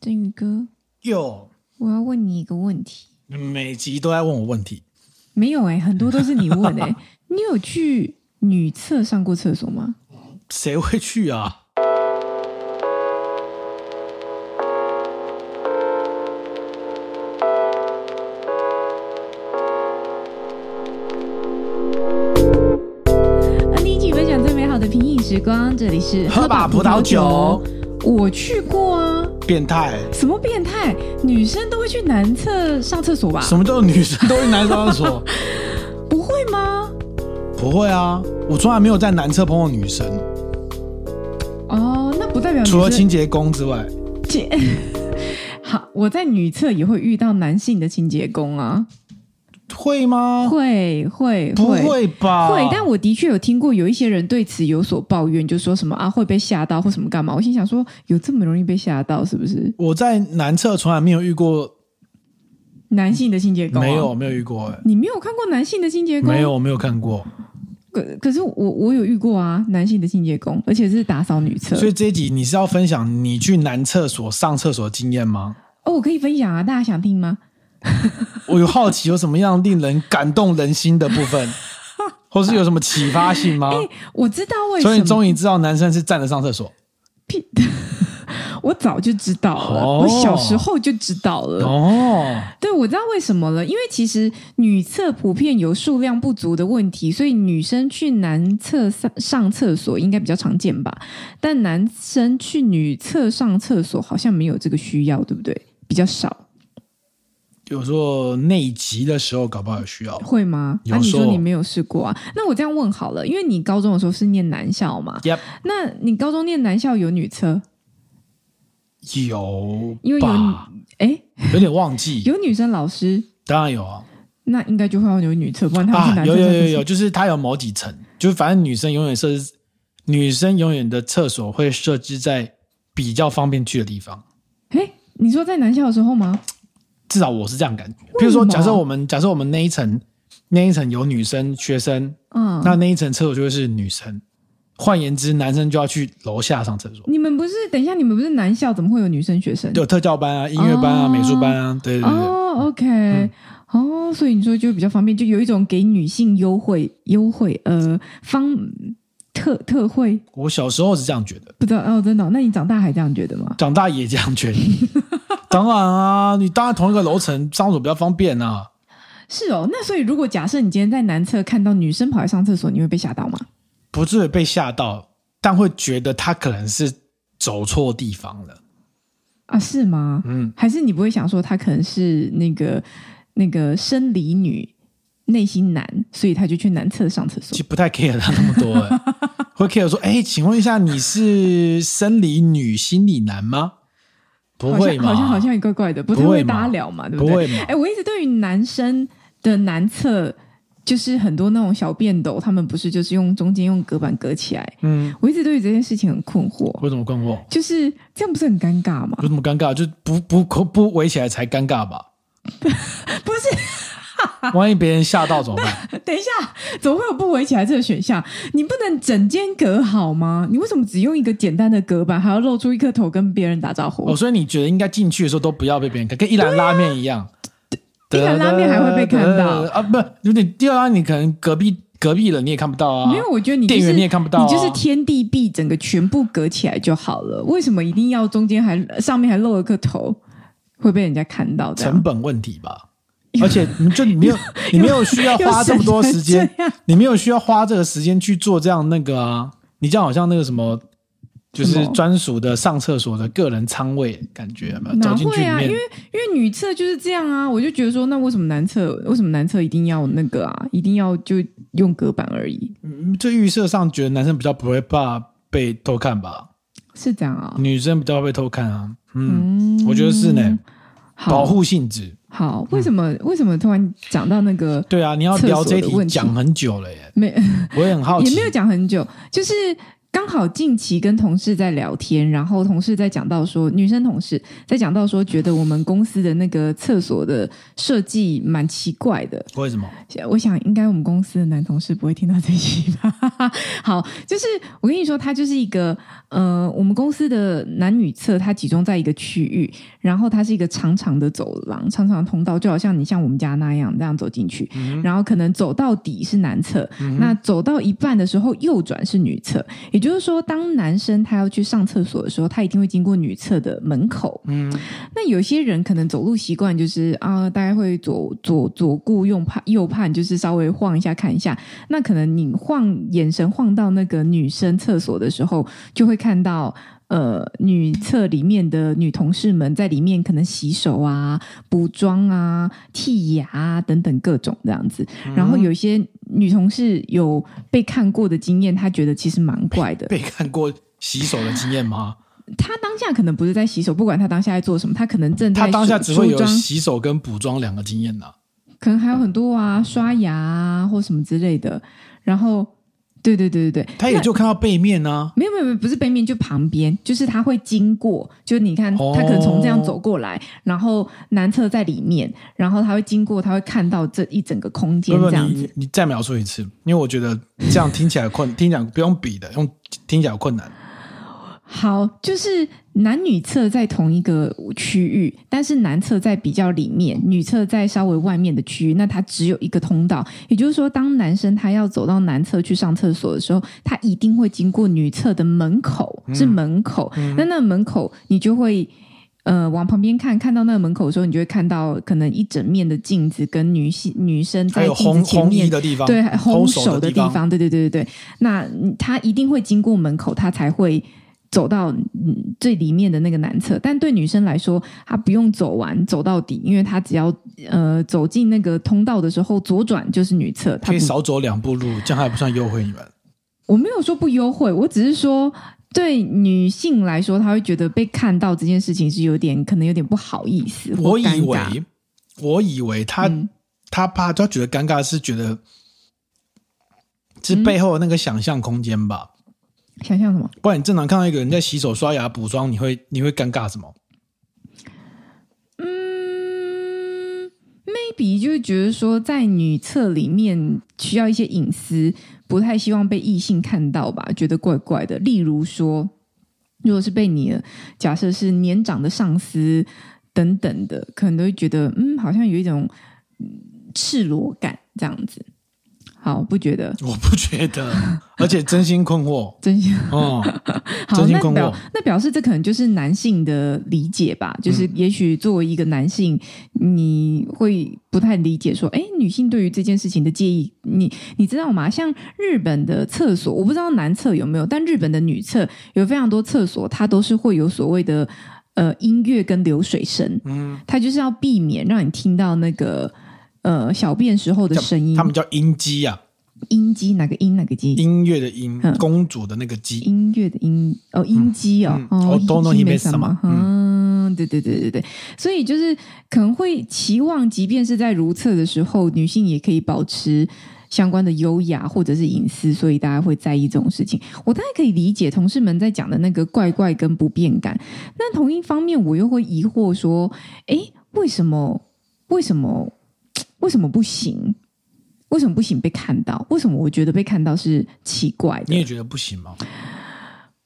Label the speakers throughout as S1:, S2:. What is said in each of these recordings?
S1: 对，宇哥，
S2: 哟，
S1: 我要问你一个问题。
S2: 每集都在问我问题。
S1: 没有哎、很多都是你问 哎、你有去女厕上过厕所吗？
S2: 谁会去啊？
S1: 和啊你一起分享最美好的平饮时光，这里是
S2: 喝吧葡萄酒。
S1: 我去过啊，
S2: 变态，
S1: 什么变态？女生都会去男厕上厕所吧？
S2: 什么都有女生都会男上厕所，
S1: 不会吗？
S2: 不会啊，我从来没有在男厕碰过女生，
S1: 哦，那不代表女
S2: 除了清
S1: 生。
S2: 洁工之外，
S1: 姐好，我在女厕也会遇到男性的清洁工啊，
S2: 会吗？
S1: 会会
S2: 哦不会吧？
S1: 会，但我的确有听过有一些人对此有所抱怨，就说什么啊会被吓到或什么干嘛。我心想说，有这么容易被吓到是不是？
S2: 我在男厕从来没有遇过，
S1: 男性的清洁工啊、
S2: 没有没有遇过、欸，
S1: 你没有看过男性的清洁工？
S2: 没。有没有看过，
S1: 可可是我我有遇过啊，男性的清洁工，而且是打扫女厕。
S2: 所以这一集你是要分享你去男厕所上厕所的经验吗？
S1: 哦，我可以分享啊，大家想听吗？
S2: 我有好奇有什么样令人感动人心的部分，或是有什么启发性 吗？
S1: 我知道为什
S2: 所以
S1: 么，
S2: 你终于知道男生是站着上厕所
S1: 我早就知道了，
S2: 哦
S1: 我小时候就知道了。
S2: 哦，
S1: 对，我知道为什么了，因为其实女厕普遍有数量不足的问题，所以女生去男厕上上厕所应该比较常见吧，但男生去女厕上厕所好像没有这个需要，对不对？比较少，
S2: 有时候内急的时候搞不好有需要。
S1: 会吗？
S2: 有
S1: 啊，你
S2: 时
S1: 说
S2: 候
S1: 你没有试过啊？那我这样问好了，因为你高中的时候是念男校嘛，
S2: Yep，
S1: 那你高中念男校有女厕，
S2: 有
S1: 因为有
S2: 吧？
S1: 哎，
S2: 有点忘记，
S1: 有女生老师，
S2: 当然有啊
S1: 那应该就会要有女厕，不然他们去
S2: 啊，
S1: 男
S2: 有
S1: 厕
S2: 有
S1: 上
S2: 有
S1: 厕
S2: 有
S1: 所
S2: 有，就是它有某几层，就是反正女生永远设置，女生永远的厕所会设置在比较方便去的地方，
S1: 哎，你说在男校的时候吗？
S2: 至少我是这样感觉。
S1: 为
S2: 比如说，
S1: 什么
S2: 假设我们假设我们那一层那一层有女生学生，
S1: 嗯，
S2: 那那一层厕所就会是女生。换言之，男生就要去楼下上厕所。
S1: 你们不是等一下，你们不是男校，怎么会有女生学生？
S2: 有特教班啊、音乐班啊、
S1: 哦
S2: 美术班啊，对对对。
S1: 哦，OK，、哦，所以你说就比较方便，就有一种给女性优惠优惠呃方特特惠，
S2: 我小时候是这样觉得，
S1: 不知道哦，真的哦、那你长大还这样觉得吗？
S2: 长大也这样觉得。 当然啊，你当然同一个楼层上厕所比较方便啊。
S1: 是哦，那所以如果假设你今天在男厕看到女生跑来上厕所，你会被吓到吗？
S2: 不至于被吓到，但会觉得他可能是走错地方了。
S1: 啊，是吗？
S2: 嗯，
S1: 还是你不会想说她可能是那个那个生理女，内心男，所以她就去男厕上厕所
S2: 其？实不太 care 他那么多、 欸，会 care 说，哎、请问一下，你是生理女、心理男吗？不会吗？
S1: 好像好像好像也怪怪的，不太
S2: 不会
S1: 会
S2: 嘛
S1: 搭聊嘛，对
S2: 不
S1: 对？
S2: 会嘛
S1: 哎、？我一直对于男生的男厕，就是很多那种小便斗，他们不是就是用中间用隔板隔起来，
S2: 嗯，
S1: 我一直对于这件事情很困惑，
S2: 为什么困惑？
S1: 就是这样不是很尴尬吗？
S2: 有什么尴尬？就不不不不围起来才尴尬吧？
S1: 不是，
S2: 万一别人吓到怎么办？
S1: 等一下，怎么会有不围起来这个选项？你不能整间隔好吗？你为什么只用一个简单的隔板，还要露出一颗头跟别人打招呼？
S2: 哦，所以你觉得应该进去的时候都不要被别人看，跟一兰拉面一样。
S1: 啊一兰拉面还会被看到
S2: 啊？不，有点第二拉你可能隔壁隔壁人你也看不到啊。
S1: 没有，，我觉得你、就
S2: 店
S1: 是、
S2: 员你也看不到啊
S1: 你就是天地壁整个全部隔起来就好了。为什么一定要中间还上面还露了个头，会被人家看到？这
S2: 成
S1: 样
S2: 本问题吧。而且你就你 没有你没有需要花这么多时
S1: 有
S2: 间
S1: 省成这样，
S2: 你没有需要花这个时间去做这样那个啊。你这样好像那个什么，就
S1: 什
S2: 是
S1: 么
S2: 专属的上厕所的个人仓位感觉有没有
S1: 哪
S2: 走进去
S1: 会
S2: 里
S1: 啊？因为
S2: 面
S1: 因为女厕就是这样啊，我就觉得说，那为什么男厕为什么男厕一定要那个啊？一定要就用隔板而已，
S2: 嗯这预设上觉得男生比较不会怕被偷看吧，
S1: 是这样啊？
S2: 女生比较会被偷看啊。嗯，
S1: 嗯，
S2: 我觉得是呢，
S1: 好
S2: 保护嗯性质。
S1: 好，为什么、为什么突然讲到那个
S2: 对啊，你要
S1: 厕所
S2: 聊这一
S1: 的问
S2: 题
S1: 题
S2: 讲很久了耶，
S1: 没？
S2: 我也很好
S1: 也
S2: 奇
S1: 没。有讲很久，就是刚好近期跟同事在聊天，然后同事在讲到说，女生同事在讲到说，觉得我们公司的那个厕所的设计蛮奇怪的。
S2: 为什么？
S1: 我想应该我们公司的男同事不会听到这一期吧？好，就是我跟你说，它就是一个呃，我们公司的男女厕，它集中在一个区域，然后它是一个长长的走廊、长长的通道，就好像你像我们家那样这样走进去，然后可能走到底是男厕，那走到一半的时候右转是女厕，也就是说，当男生他要去上厕所的时候，他一定会经过女厕的门口。
S2: 嗯，
S1: 那有些人可能走路习惯就是啊、大概会左左左顾右盼右盼，就是稍微晃一下看一下。那可能你晃眼神晃到那个女生厕所的时候，就会看到。呃，女厕里面的女同事们在里面可能洗手啊、补妆啊、剔牙啊等等各种这样子，
S2: 嗯
S1: 然后有一些女同事有被看过的经验，她觉得其实蛮怪的。
S2: 被看过洗手的经 验吗？
S1: 她当下可能不是在洗手，不管她当下在做什么，她可能正在
S2: 他当下
S1: 梳
S2: 只会
S1: 梳
S2: 有
S1: 妆
S2: 洗手跟补妆两个经验呐。
S1: 可能还有很多啊，刷牙啊或什么之类的。然后，对对对对对，
S2: 他也就看到背面啊呢、
S1: 没有没有没有，不是背面，就旁边，就是他会经过，就你看
S2: 哦
S1: 他可能从这样走过来，然后男厕在里面，然后他会经过，他会看到这一整个空间
S2: 不不，
S1: 这样
S2: 你
S1: 子。
S2: 你你再描述一次，因为我觉得这样听起来困，听起来不用比的，用听起来有困难。
S1: 好，就是男女厕在同一个区域，但是男厕在比较里面，女厕在稍微外面的区域。那它只有一个通道，也就是说，当男生他要走到男厕去上厕所的时候，他一定会经过女厕的门口，
S2: 嗯
S1: 是门口。那那门口你就会。呃，往旁边看，看到那个门口的时候，你就会看到可能一整面的镜子，跟女性女生
S2: 还
S1: 在
S2: 有
S1: 镜子
S2: 烘
S1: 前
S2: 烘
S1: 面
S2: 衣的地方，
S1: 对，
S2: 烘
S1: 烘手
S2: 的
S1: 的地
S2: 方，
S1: 方，对对对对对。那嗯他一定会经过门口，他才会走到嗯最里面的那个男厕。但对女生来说，她不用走完走到底，因为她只要呃走进那个通道的时候左转就是女厕，她
S2: 可以
S1: 不
S2: 少走两步路，这样还不算优惠你们。
S1: 我没有说不优惠，我只是说对女性来说，她会觉得被看到这件事情是有点可能有点不好意思或
S2: 我以
S1: 尴尬。
S2: 为，我以为他、
S1: 嗯
S2: 他怕他觉得尴尬是觉得是背后的那个想象空间吧，
S1: 想象什么？
S2: 不然你正常看到一个人在洗手、刷牙、补妆，你会你会尴尬什么？
S1: 嗯，maybe 就是觉得说，在女厕里面需要一些隐私，不太希望被异性看到吧，觉得怪怪的。例如说，如果是被你的假设是年长的上司等等的，可能都会觉得，嗯，好像有一种嗯赤裸感这样子。好，不觉得？
S2: 我不觉 得，而且真心困惑。
S1: 真心
S2: 哦，
S1: 好，
S2: 真心啊
S1: 那
S2: 困惑
S1: 表那表示这可能就是男性的理解吧，
S2: 嗯
S1: 就是也许作为一个男性，你会不太理解说，哎，女性对于这件事情的介意，你你知道吗？像日本的厕所，我不知道男厕有没有，但日本的女厕有非常多厕所，它都是会有所谓的呃音乐跟流水声，
S2: 嗯，
S1: 它就是要避免让你听到那个呃小便时候的声音
S2: 他，们叫音姬啊，
S1: 音机哪个音哪个机。
S2: 音乐的音
S1: 嗯，
S2: 公主的那个姬。
S1: 音乐的音哦，音机哦
S2: 嗯，嗯
S1: 哦，
S2: 哦都能
S1: 音机
S2: 音
S1: 没
S2: 没
S1: 什
S2: 什么
S1: 嗯，对对对对对，所以就是可能会期望，即便是在如厕的时候，女性也可以保持。相关的优雅或者是隐私，所以大家会在意这种事情。我大概可以理解同事们在讲的那个怪怪跟不便感，但同一方面我又会疑惑说，诶，为什么？为什么？为什么不行？为什么不行被看到？为什么我觉得被看到是奇怪的？
S2: 你也觉得不行吗？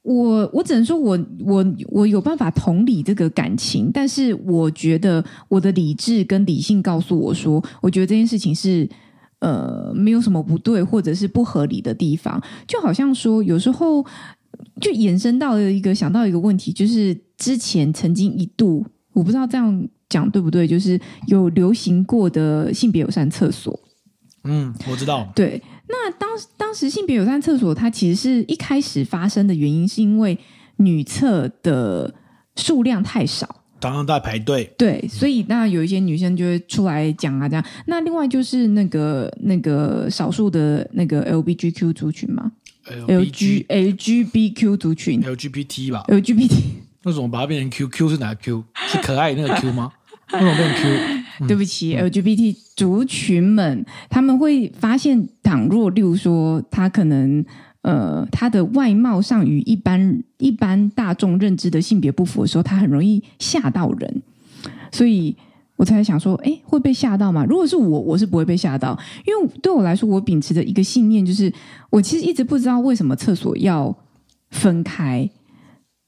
S1: 我我只能说我，我我有办法同理这个感情，但是我觉得我的理智跟理性告诉我说，我觉得这件事情是呃没有什么不对或者是不合理的地方，就好像说有时候就延伸到了一个想到一个问题，就是之前曾经一度我不知道这样讲对不对，就是有流行过的性别友善厕所，
S2: 嗯，我知道，
S1: 对，那当时当时性别友善厕所，它其实是一开始发生的原因，是因为女厕的数量太少。
S2: 常常在排队。
S1: 对，所以那有一些女生就会出来讲啊，这样。那另外就是那个那个少数的那个 LBGQ 族群嘛
S2: L
S1: ，LG LGBQ 族群
S2: LGBT 吧？
S1: ，LGBT，、
S2: 为什么把它变成 Q？Q 是哪个 Q？是可爱的那个 Q 吗？为什么变 成 Q？
S1: 对不起，LGBT 族群们，他们会发现，倘若例如说他可能呃他的外貌上与一般一般大众认知的性别不符的时候，他很容易吓到人，所以。我才想说，哎，会被吓到吗？如果是我，我是不会被吓到，因为对我来说，我秉持的一个信念就是，我其实一直不知道为什么厕所要分开。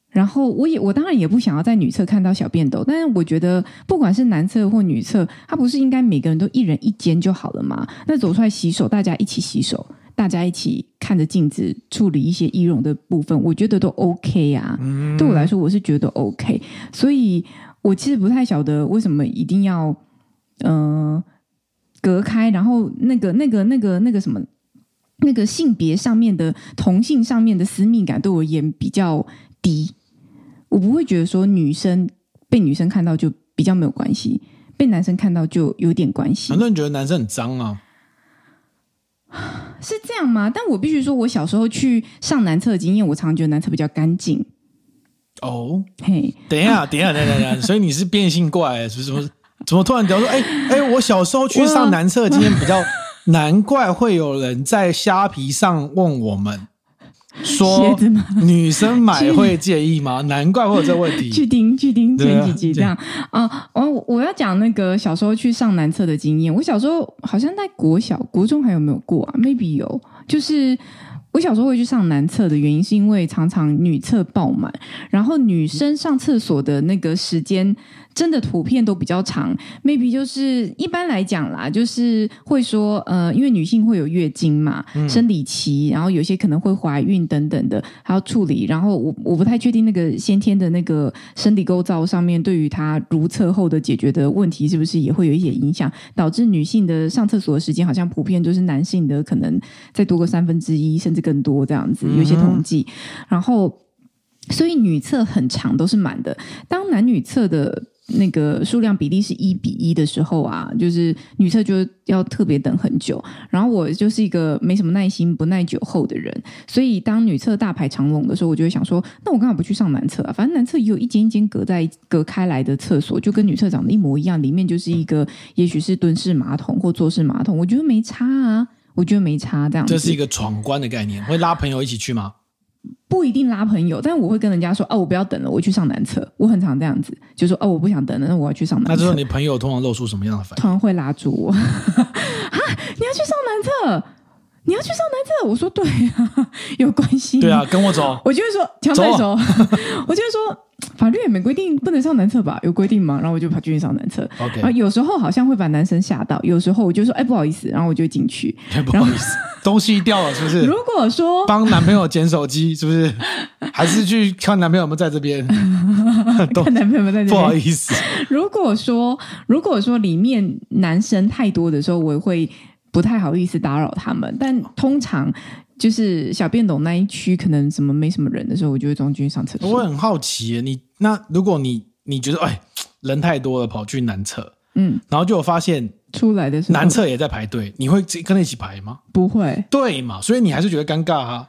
S1: 然后我也我当然也不想要在女厕看到小便斗，但是我觉得不管是男厕或女厕，它不是应该每个人都一人一间就好了吗？那走出来洗手，大家一起洗手，大家一起看着镜子处理一些仪容的部分，我觉得都 OK 啊。对我来说，我是觉得 OK，所以我其实不太晓得为什么一定要呃隔开，然后那个那个那个那个什么。那个性别上面的同性上面的私密感对我而言比较低，我不会觉得说女生被女生看到就比较没有关系，被男生看到就有点关系
S2: 很，多人觉得男生很脏啊，
S1: 是这样吗？但我必须说，我小时候去上男厕的经验，我常常觉得男厕比较干净。
S2: 哦，
S1: 嘿，
S2: 等一下， 等一下，等一下，等一下，所以你是变性怪、欸，是不是？怎 么怎么突然聊说，哎、哎、我小时候去
S1: 啊
S2: 上男厕，今天比较难怪会有人在虾皮上问 我们
S1: 鞋
S2: 说
S1: 子吗，
S2: 女生买会介意吗？难怪会有这问 题。
S1: 去听去听
S2: 对啊
S1: 前几集这样啊。哦，我我要讲那个小时候去上男厕的经验。我小时候好像在国小、国中还有没有过啊？Maybe 有，就是。我小时候会去上男厕的原因，是因为常常女厕爆满，然后女生上厕所的那个时间真的图片都比较长，maybe 就是一般来讲啦，就是会说呃，因为女性会有月经嘛，生理期，然后有些可能会怀孕等等的，还要处理。然后我我不太确定那个先天的那个生理构造上面，对于她如厕后的解决的问题，是不是也会有一些影响，导致女性的上厕所的时间好像普遍就是男性的可能再多个三分之一甚至更多这样子，有一些统计。然后，所以女厕很长都是满的，当男女厕的那个数量比例是一比一的时候啊，就是女厕就要特别等很久。然后我就是一个没什么耐心、不耐久候的人，所以当女厕大排长龙的时候，我就会想说，那我干嘛不去上男厕啊？反正男厕也有一间一间隔在隔开来的厕所，就跟女厕长得一模一样，里面就是一个也许是蹲式马桶或坐式马桶，我觉得没差啊。我觉得没差，这样子
S2: 这是一个闯关的概念，会拉朋友一起去 吗？
S1: 不一定拉朋友，但我会跟人家说，哦，我不要等了，我去上男厕。我很常这样子，就说，哦，我不想等了，那我要去上
S2: 那
S1: 男
S2: 之后
S1: 厕。
S2: 你朋友通常露出什么样的反应？
S1: 突然会拉住我，啊，你要去上男厕？你要去上男厕？我说对啊，有关 系。
S2: 对啊，，啊跟我走。
S1: 我就会说强带手， 我就会说法律也没规定不能上男厕吧？有规定吗？然后我就跑进去上男厕。
S2: OK，
S1: 然后有时候好像会把男生吓到，有时候我就说哎不好意思，然后我就进去。
S2: 哎不好意思，东西掉了是不
S1: 如
S2: 是？
S1: 果说
S2: 帮男朋友捡手机是不是？还是去看男朋友有没有在 这边？都
S1: 看男朋友在这边，
S2: 不好意思，
S1: 如果说如果说里面男生太多的时候，我也会不太好意思打扰他们，但通常。就是小便斗那一区，可能什么没什么人的时候，我就会中间上厕
S2: 我
S1: 所。
S2: 很好奇耶，你那如果你你觉得哎人太多了，跑去男厕，
S1: 嗯，
S2: 然后就有发现
S1: 出来的时候
S2: 男厕也在排队，你会自己跟着一起排吗？
S1: 不会，
S2: 对嘛，所以你还是觉得尴尬啊？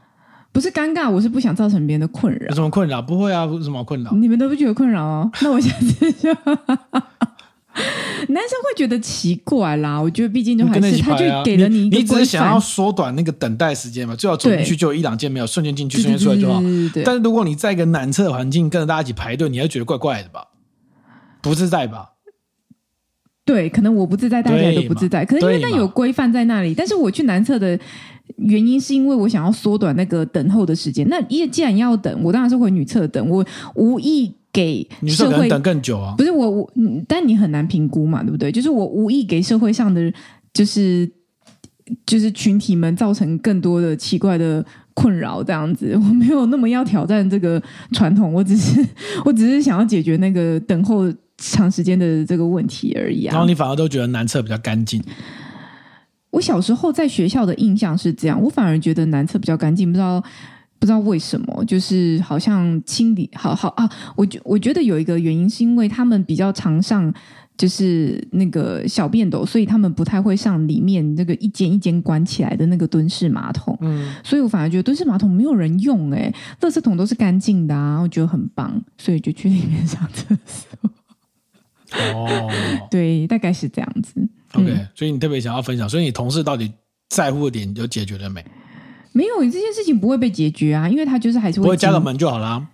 S1: 不是尴尬，我是不想造成别人的困
S2: 有
S1: 扰。
S2: 什么困扰？不会啊，有什么好困扰？
S1: 你们都不觉得困扰 哦？那我下次就男生会觉得奇怪啦。我觉得毕竟就
S2: 你
S1: 还
S2: 跟着一
S1: 是
S2: 起
S1: 他
S2: 排
S1: 就
S2: 啊！
S1: 给了
S2: 你
S1: 一个
S2: 只
S1: 规
S2: 是想要
S1: 范，
S2: 缩短那个等待时间嘛，最好走进去就有一两件没有，瞬间进去，
S1: 对对
S2: 瞬间出来
S1: 对
S2: 就好。
S1: 对对对
S2: 但是如果你在一个男厕环境跟着大家一起排队，你还觉得怪怪的吧？不自在吧？
S1: 对，可能我不自在，大家也都
S2: 对
S1: 不自在。
S2: 嘛
S1: 可是因为那
S2: 对嘛
S1: 有规范在那里，但是我去男厕的原因是因为我想要缩短那个等候的时间。那也既然要等，我当然是回女厕等。我无意给
S2: 女
S1: 社
S2: 厕可能
S1: 会
S2: 等更久啊。
S1: 不是我我，嗯但你很难评估嘛，对不对？就是我无意给社会上的就是就是群体们造成更多的奇怪的困扰，这样子，我没有那么要挑战这个传统，我只是我只是想要解决那个等候长时间的这个问题而已
S2: 然
S1: 啊
S2: 后。你反而都觉得男厕比较干净，
S1: 我小时候在学校的印象是这样，我反而觉得男厕比较干净，不知道。不知道为什么，就是好像清理好好啊，我觉我觉得有一个原因是因为他们比较常上就是那个小便斗，所以他们不太会上里面那个一间一间关起来的那个蹲式马桶，
S2: 嗯，
S1: 所以我反而觉得蹲式马桶没有人用哎、欸，垃圾桶都是干净的啊，我觉得很棒，所以就去里面上厕所。
S2: 哦
S1: 对，大概是这样子。
S2: ，OK，所以你特别想要分享，所以你同事到底在乎的点有解决了没？
S1: 没有这件事情不会被解决啊，因为它就是还是
S2: 不
S1: 会
S2: 会加个
S1: 进。
S2: 门就好啦，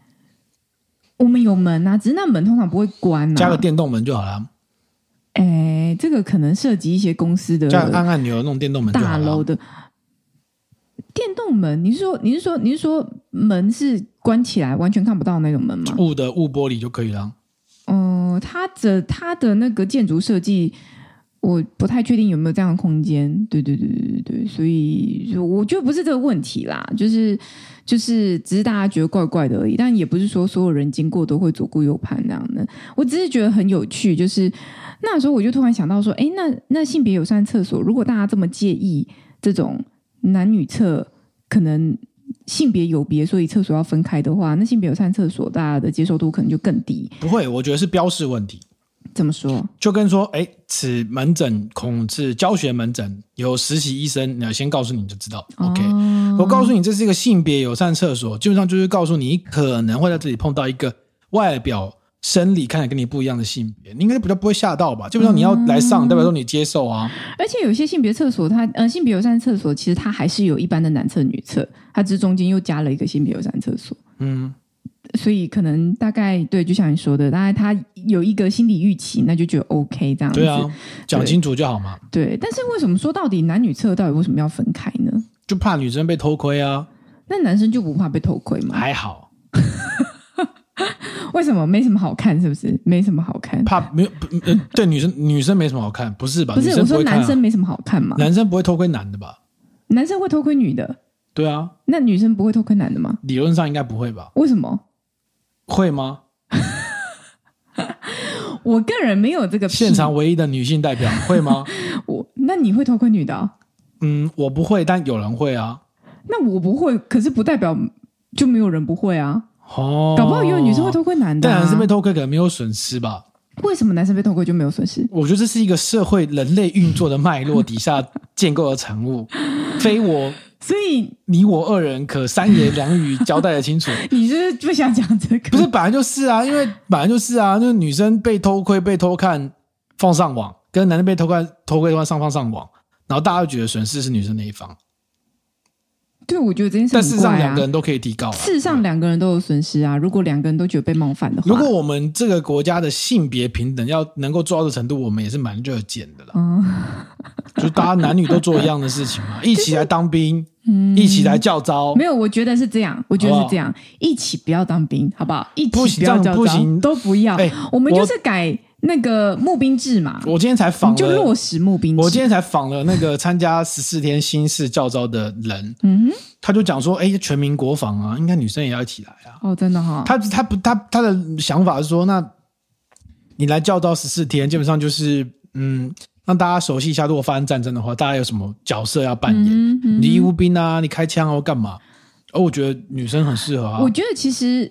S1: 我们有门啊，只是那门通常不会关啊。
S2: 加个电动门就好啦，
S1: 哎，这个可能涉及一些公司的
S2: 加个按按钮弄电动门就好
S1: 大楼
S2: 啦。
S1: 的电动门。你是说，你是说，你是说门是关起来完全看不到那种门吗？
S2: 雾的雾玻璃就可以了。
S1: 哦、它的它的那个建筑设计，我不太确定有没有这样的空间。对对对对对对，所以就我觉得不是这个问题啦，就是就是只是大家觉得怪怪的而已，但也不是说所有人经过都会左顾右盼那样的。我只是觉得很有趣，就是那时候我就突然想到说，哎，那那性别友善厕所，如果大家这么介意这种男女厕可能性别有别，所以厕所要分开的话，那性别友善厕所大家的接受度可能就更低。
S2: 不会，我觉得是标示问题。
S1: 怎么说？
S2: 就跟说，哎，此门诊恐是教学门诊，有实习医生，那先告诉你就知道。OK，、
S1: 哦
S2: 我告诉你，这是一个性别友善厕所，基本上就是告诉你，你可能会在这里碰到一个外表生理看起来跟你不一样的性别，你应该比较不会吓到吧？基本上你要来
S1: 嗯
S2: 上，代表说你接受啊。
S1: 而且有些性别厕所它，呃性别友善厕所，其实它还是有一般的男厕、女厕，它只是中间又加了一个性别友善厕所，
S2: 嗯，
S1: 所以可能大概对，就像你说的，大概他有一个心理预期，那就觉得 OK 这样子。
S2: 对啊，讲清楚就好嘛，
S1: 对但是为什么说到底男女厕到底为什么要分开呢？
S2: 就怕女生被偷窥啊，
S1: 那男生就不怕被偷窥吗？
S2: 还好，
S1: 为什么没什么好看？是不是没什么好看？
S2: 怕没有、不呃对女生女生没什么好看，不是吧？
S1: 不是
S2: 女生
S1: 我
S2: 不
S1: 说
S2: 会看、
S1: 男
S2: 啊，
S1: 生没什么好看嘛？
S2: 男生不会偷窥男的吧？
S1: 男生会偷窥女的，
S2: 对啊，
S1: 那女生不会偷窥男的吗？
S2: 理论上应该不会吧？
S1: 为什么？
S2: 会吗？
S1: 我个人没有这个癖
S2: 现场唯一的女性代 表会吗？
S1: 我那你会偷窥女的哦、
S2: 嗯，我不会，但有人会啊。
S1: 那我不会，可是不代表就没有人不会啊。
S2: 哦，
S1: 搞不好也有女生会，偷窥男的、
S2: 但
S1: 啊，
S2: 男生被偷窥可能没有损失吧？
S1: 为什么男生被偷窥就没有损失？
S2: 我觉得这是一个社会人类运作的脉络底下建构的产 物，非我
S1: 所以
S2: 你我二人可三言两语交代的清楚。
S1: 你是不想讲这个？
S2: 不是，，本来就是啊，因为本来就是啊，就是女生被偷窥、被偷看、放上网，跟男生被偷看、偷窥、放上放上网，然后大家会觉得损失是女生那一方，
S1: 对，我觉得这件事
S2: 但
S1: 很
S2: 事实上
S1: 怪
S2: 两
S1: 啊
S2: 个。人都可以提高啊、
S1: 事实上，两个人都有损失啊。如果两个人都觉得被冒犯的话，
S2: 如果我们这个国家的性别平等要能够做到的程度，我们也是蛮热见的啦。
S1: 嗯
S2: 就是大家男女都做一样的事情嘛，一起来当兵，一起来教招
S1: 嗯没，有，我觉得是这样，我觉得
S2: 好不
S1: 是
S2: 好
S1: 这样，一起不要当兵，好不好？一
S2: 不
S1: 起
S2: 行
S1: 要
S2: 这
S1: 叫
S2: 样不
S1: 招
S2: 行
S1: 都不要
S2: 哎。
S1: 我们就
S2: 我
S1: 是改那个募兵制嘛，
S2: 我今天才
S1: 我
S2: 访
S1: 们就落
S2: 了，
S1: 实募兵制。
S2: 我今天才访了那个参加十四天新式教招的人，
S1: 嗯
S2: 他就讲说，哎，全民国防啊，应该女生也要一起来啊。
S1: 哼，哦，真的哈、
S2: 他他不他他的想法是说，那你来教招十四天，基本上就是嗯，让大家熟悉一下，如果发生战争的话，大家有什么角色要扮演？
S1: 嗯嗯
S2: 你义务兵啊，你开枪啊，或干嘛？而我觉得女生很适合啊
S1: 我。觉得其实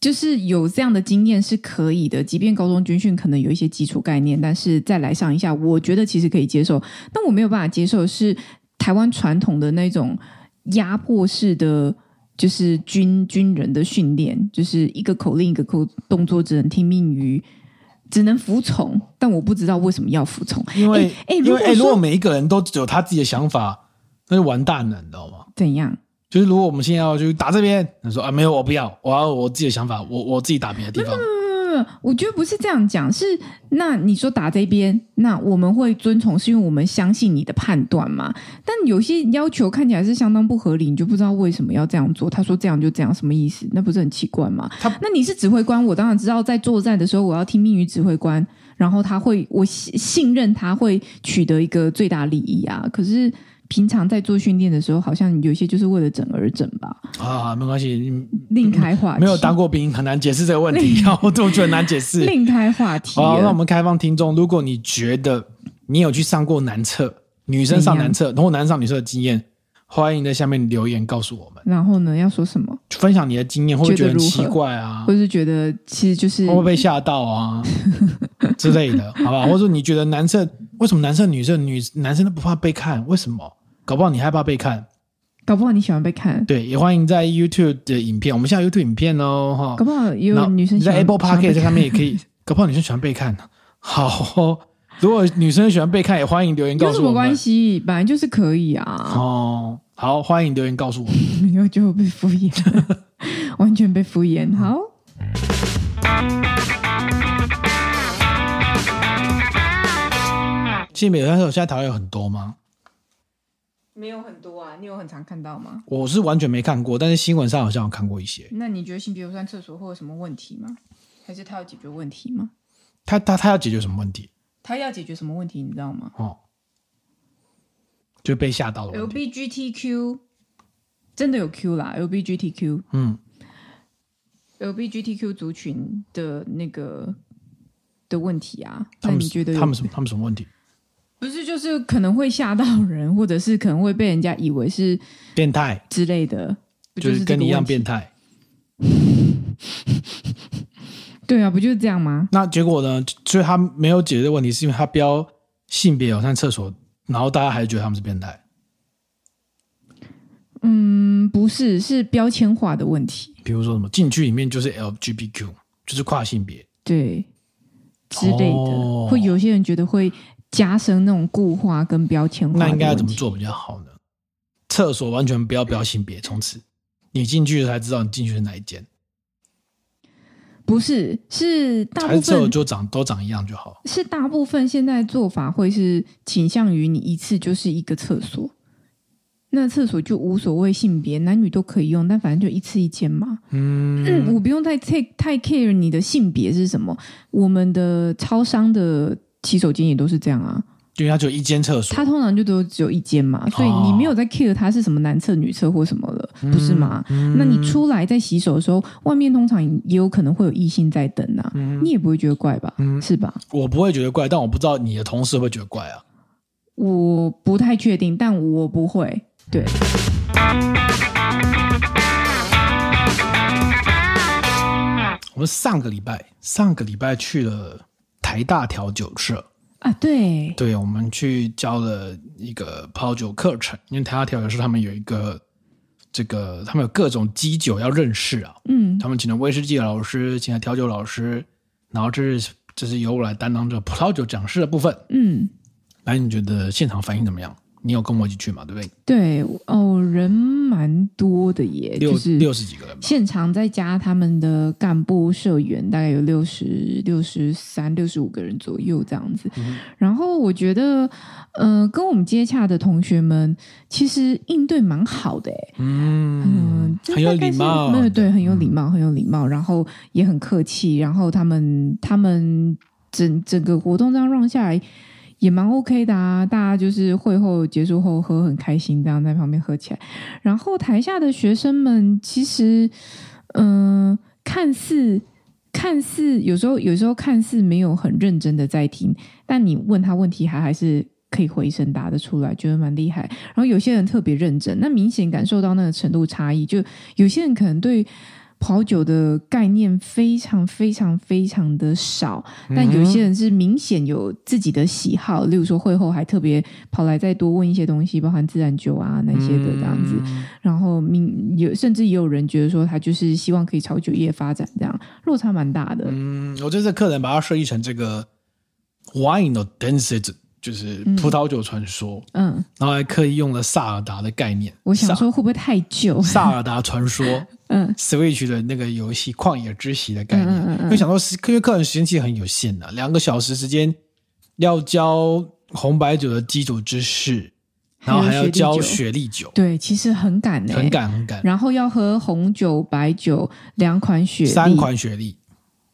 S1: 就是有这样的经验是可以的，即便高中军训可能有一些基础概念，但是再来上一下，我觉得其实可以接受。但我没有办法接受的是台湾传统的那种压迫式的。就是军军人的训练，就是一个口令一个口动作，只能听命于，只能服从。但我不知道为什么要服从，
S2: 因为
S1: 哎哎
S2: 因
S1: 如
S2: 为
S1: 果说
S2: 哎、如果每一个人都只有他自己的想法，那就完蛋了，你知道吗？
S1: 怎样？
S2: 就是如果我们现在要去打这边，他说啊没有，我不要，我要我自己的想法，我我自己打别的地方。
S1: 嗯，我觉得不是这样讲，是那你说打这边，那我们会遵从，是因为我们相信你的判断嘛？但有些要求看起来是相当不合理，你就不知道为什么要这样做。他说这样就这样，什么意思？那不是很奇怪吗
S2: 他？
S1: 那你是指挥官，我当然知道，在作战的时候我要听命于指挥官，然后他会，我信信任他会取得一个最大利益啊。可是平常在做训练的时候，好像有些就是为了整而整吧，
S2: 啊，没关系，嗯
S1: 另开话题，
S2: 没有当过兵很难解释这个问 题，我我觉得很难解释。
S1: 另开话题了。
S2: 好，哦那我们开放听众，如果你觉得你有去上过男厕，女生上男厕，然后男生上女厕的经验，欢迎在下面留言告诉我们，
S1: 然后呢，要说什么？
S2: 分享你的经验，会不会觉得很奇怪啊？
S1: 或是觉得其实就是
S2: 会不会哦被吓到 啊之类的，好吧？或者说你觉得男厕为什么男厕女厕女男生都不怕被看？为什么？搞不好你害怕被看，
S1: 搞不好你喜欢被看，
S2: 对，也欢迎在 YouTube 的影片，我们现在有 YouTube 影片哦，哈，
S1: 搞不好也
S2: 然
S1: 有
S2: 后
S1: 女生
S2: 你
S1: 喜欢
S2: 在 Apple
S1: 喜欢
S2: Park
S1: 被
S2: 在
S1: 看
S2: 上面也可以，搞不好女生喜欢被看呢。好哦、如果女生喜欢被看，也欢迎留言告
S1: 有
S2: 诉
S1: 什
S2: 我们。
S1: 么关系？本来就是可以啊，
S2: 哦，好，欢迎留言告诉我们。
S1: 你又 就被敷衍了，完全被敷衍。好，
S2: 其实美团手现在台湾有很多吗？
S1: 没有很多啊，你有很常看到吗？
S2: 我是完全没看过，但是新闻上好像有看过一些。
S1: 那你觉得性别友善厕所会有什么问题吗？还是他要解决问题吗？
S2: 他他他要解决什么问题？
S1: 他要解决什么问题？你知道吗
S2: 哦，就被吓到了问题。
S1: ？LBGTQ 真的有 Q 啦，LBGTQ
S2: 嗯，
S1: LBGTQ 族群的那个的问题啊，
S2: 他
S1: 那
S2: 们
S1: 你觉得有
S2: 他们什么他们什么问题？
S1: 不是就是可能会吓到人，或者是可能会被人家以为是
S2: 变态，
S1: 之类的，不
S2: 就是是
S1: 这
S2: 跟
S1: 个
S2: 你一样
S1: 问题
S2: 变态。
S1: 对啊，不就是这样吗？
S2: 那结果呢？所以他没有解决的问题，是因为他标性别友善厕所，然后大家还觉得他们是变态。
S1: 嗯，不是，是标签化的问题，
S2: 比如说什么进去里面就是 LGBTQ，就是跨性别。
S1: 对之类的，
S2: 哦
S1: 会有些人觉得会加深那种固化跟标签化。
S2: 那应该要怎么？做比较好呢？厕所完全不要标性别，从此你进去了才知道你进去是哪一间，
S1: 不是，是大
S2: 还是
S1: 部
S2: 厕所
S1: 分
S2: 就长都长一样就好？
S1: 是大部分现在做法会是倾向于你一次就是一个厕所，那厕所就无所谓性别，男女都可以用，但反正就一次一间嘛。
S2: 嗯，
S1: 嗯，我不用太太太 care 你的性别是什么，我们的超商的。洗手间也都是这样啊，
S2: 因为它只有一间厕所，
S1: 它通常就都只有一间
S2: 哦
S1: 嘛，所以你没有在 care 它是什么男厕、女厕或什么了，
S2: 嗯
S1: 不是吗？那你出来在洗手的时候，外面通常也有可能会有异性在等啊，
S2: 嗯
S1: 你也不会觉得怪吧？是吧？
S2: 我不会觉得怪，但我不知道你的同事会不会觉得怪啊。
S1: 我不太确定，但我不会。对，
S2: 我们上个礼拜，上个礼拜去了台大调酒社，
S1: 啊，对，
S2: 对我们去教了一个泡酒课程，因为台大调酒社他们有一个这个，他们有各种基酒要认识啊，
S1: 嗯，
S2: 他们请了威士忌的老师，请了调酒老师，然后这是这是由我来担当这个葡萄酒讲师的部分。
S1: 嗯，
S2: 来，你觉得现场反应怎么样？你有跟我一起去嘛？对不对？
S1: 对，哦，人蛮多的耶，
S2: 六、
S1: 呃就是
S2: 六十几个人吧。
S1: 现场再加他们的干部社员，大概有六十六十三、六十五个人左右这样子。然后我觉得，呃，跟我们接洽的同学们其实应对蛮好的，哎，
S2: 嗯
S1: 嗯，，就
S2: 很有
S1: 大概
S2: 礼
S1: 是
S2: 貌。嗯
S1: 没有对，很有礼貌，很有礼貌，然后也很客气，然后他们他们整整个活动这样让下来。也蛮 OK 的啊，大家就是会后结束后喝很开心，这样在旁边喝起来。然后台下的学生们其实，嗯、看似看似有时候有时候看似没有很认真的在听，但你问他问题，还还是可以回声答得出来，觉得蛮厉害。然后有些人特别认真，那明显感受到那个程度差异。就有些人可能对跑酒的概念非常非常非常的少，
S2: 嗯
S1: 但有些人是明显有自己的喜好，例如说会后还特别跑来再多问一些东西，包含自然酒啊那些的这样子。
S2: 嗯
S1: 然后明有甚至也有人觉得说他就是希望可以朝酒业发展，这样落差蛮大的。
S2: 嗯，我觉得这客人把它设计成这个 wine of density，就是葡萄酒传说，
S1: 嗯，
S2: 然后还刻意用了萨尔达的概念。
S1: 我想
S2: 萨
S1: 说会不会太久？
S2: 萨尔达 传说，
S1: 嗯
S2: ，Switch 的那个游戏《旷野之息》的概念，
S1: 嗯嗯嗯嗯
S2: 因为想说时，因为客人时间其实很有限的、两个小时时间要教红白酒的基础知识，然后还要教
S1: 学。
S2: 雪莉酒，
S1: 对，其实很赶欸呢、
S2: 很。赶很赶，
S1: 然后要喝红酒、白酒两款雪莉，
S2: 三，款雪莉，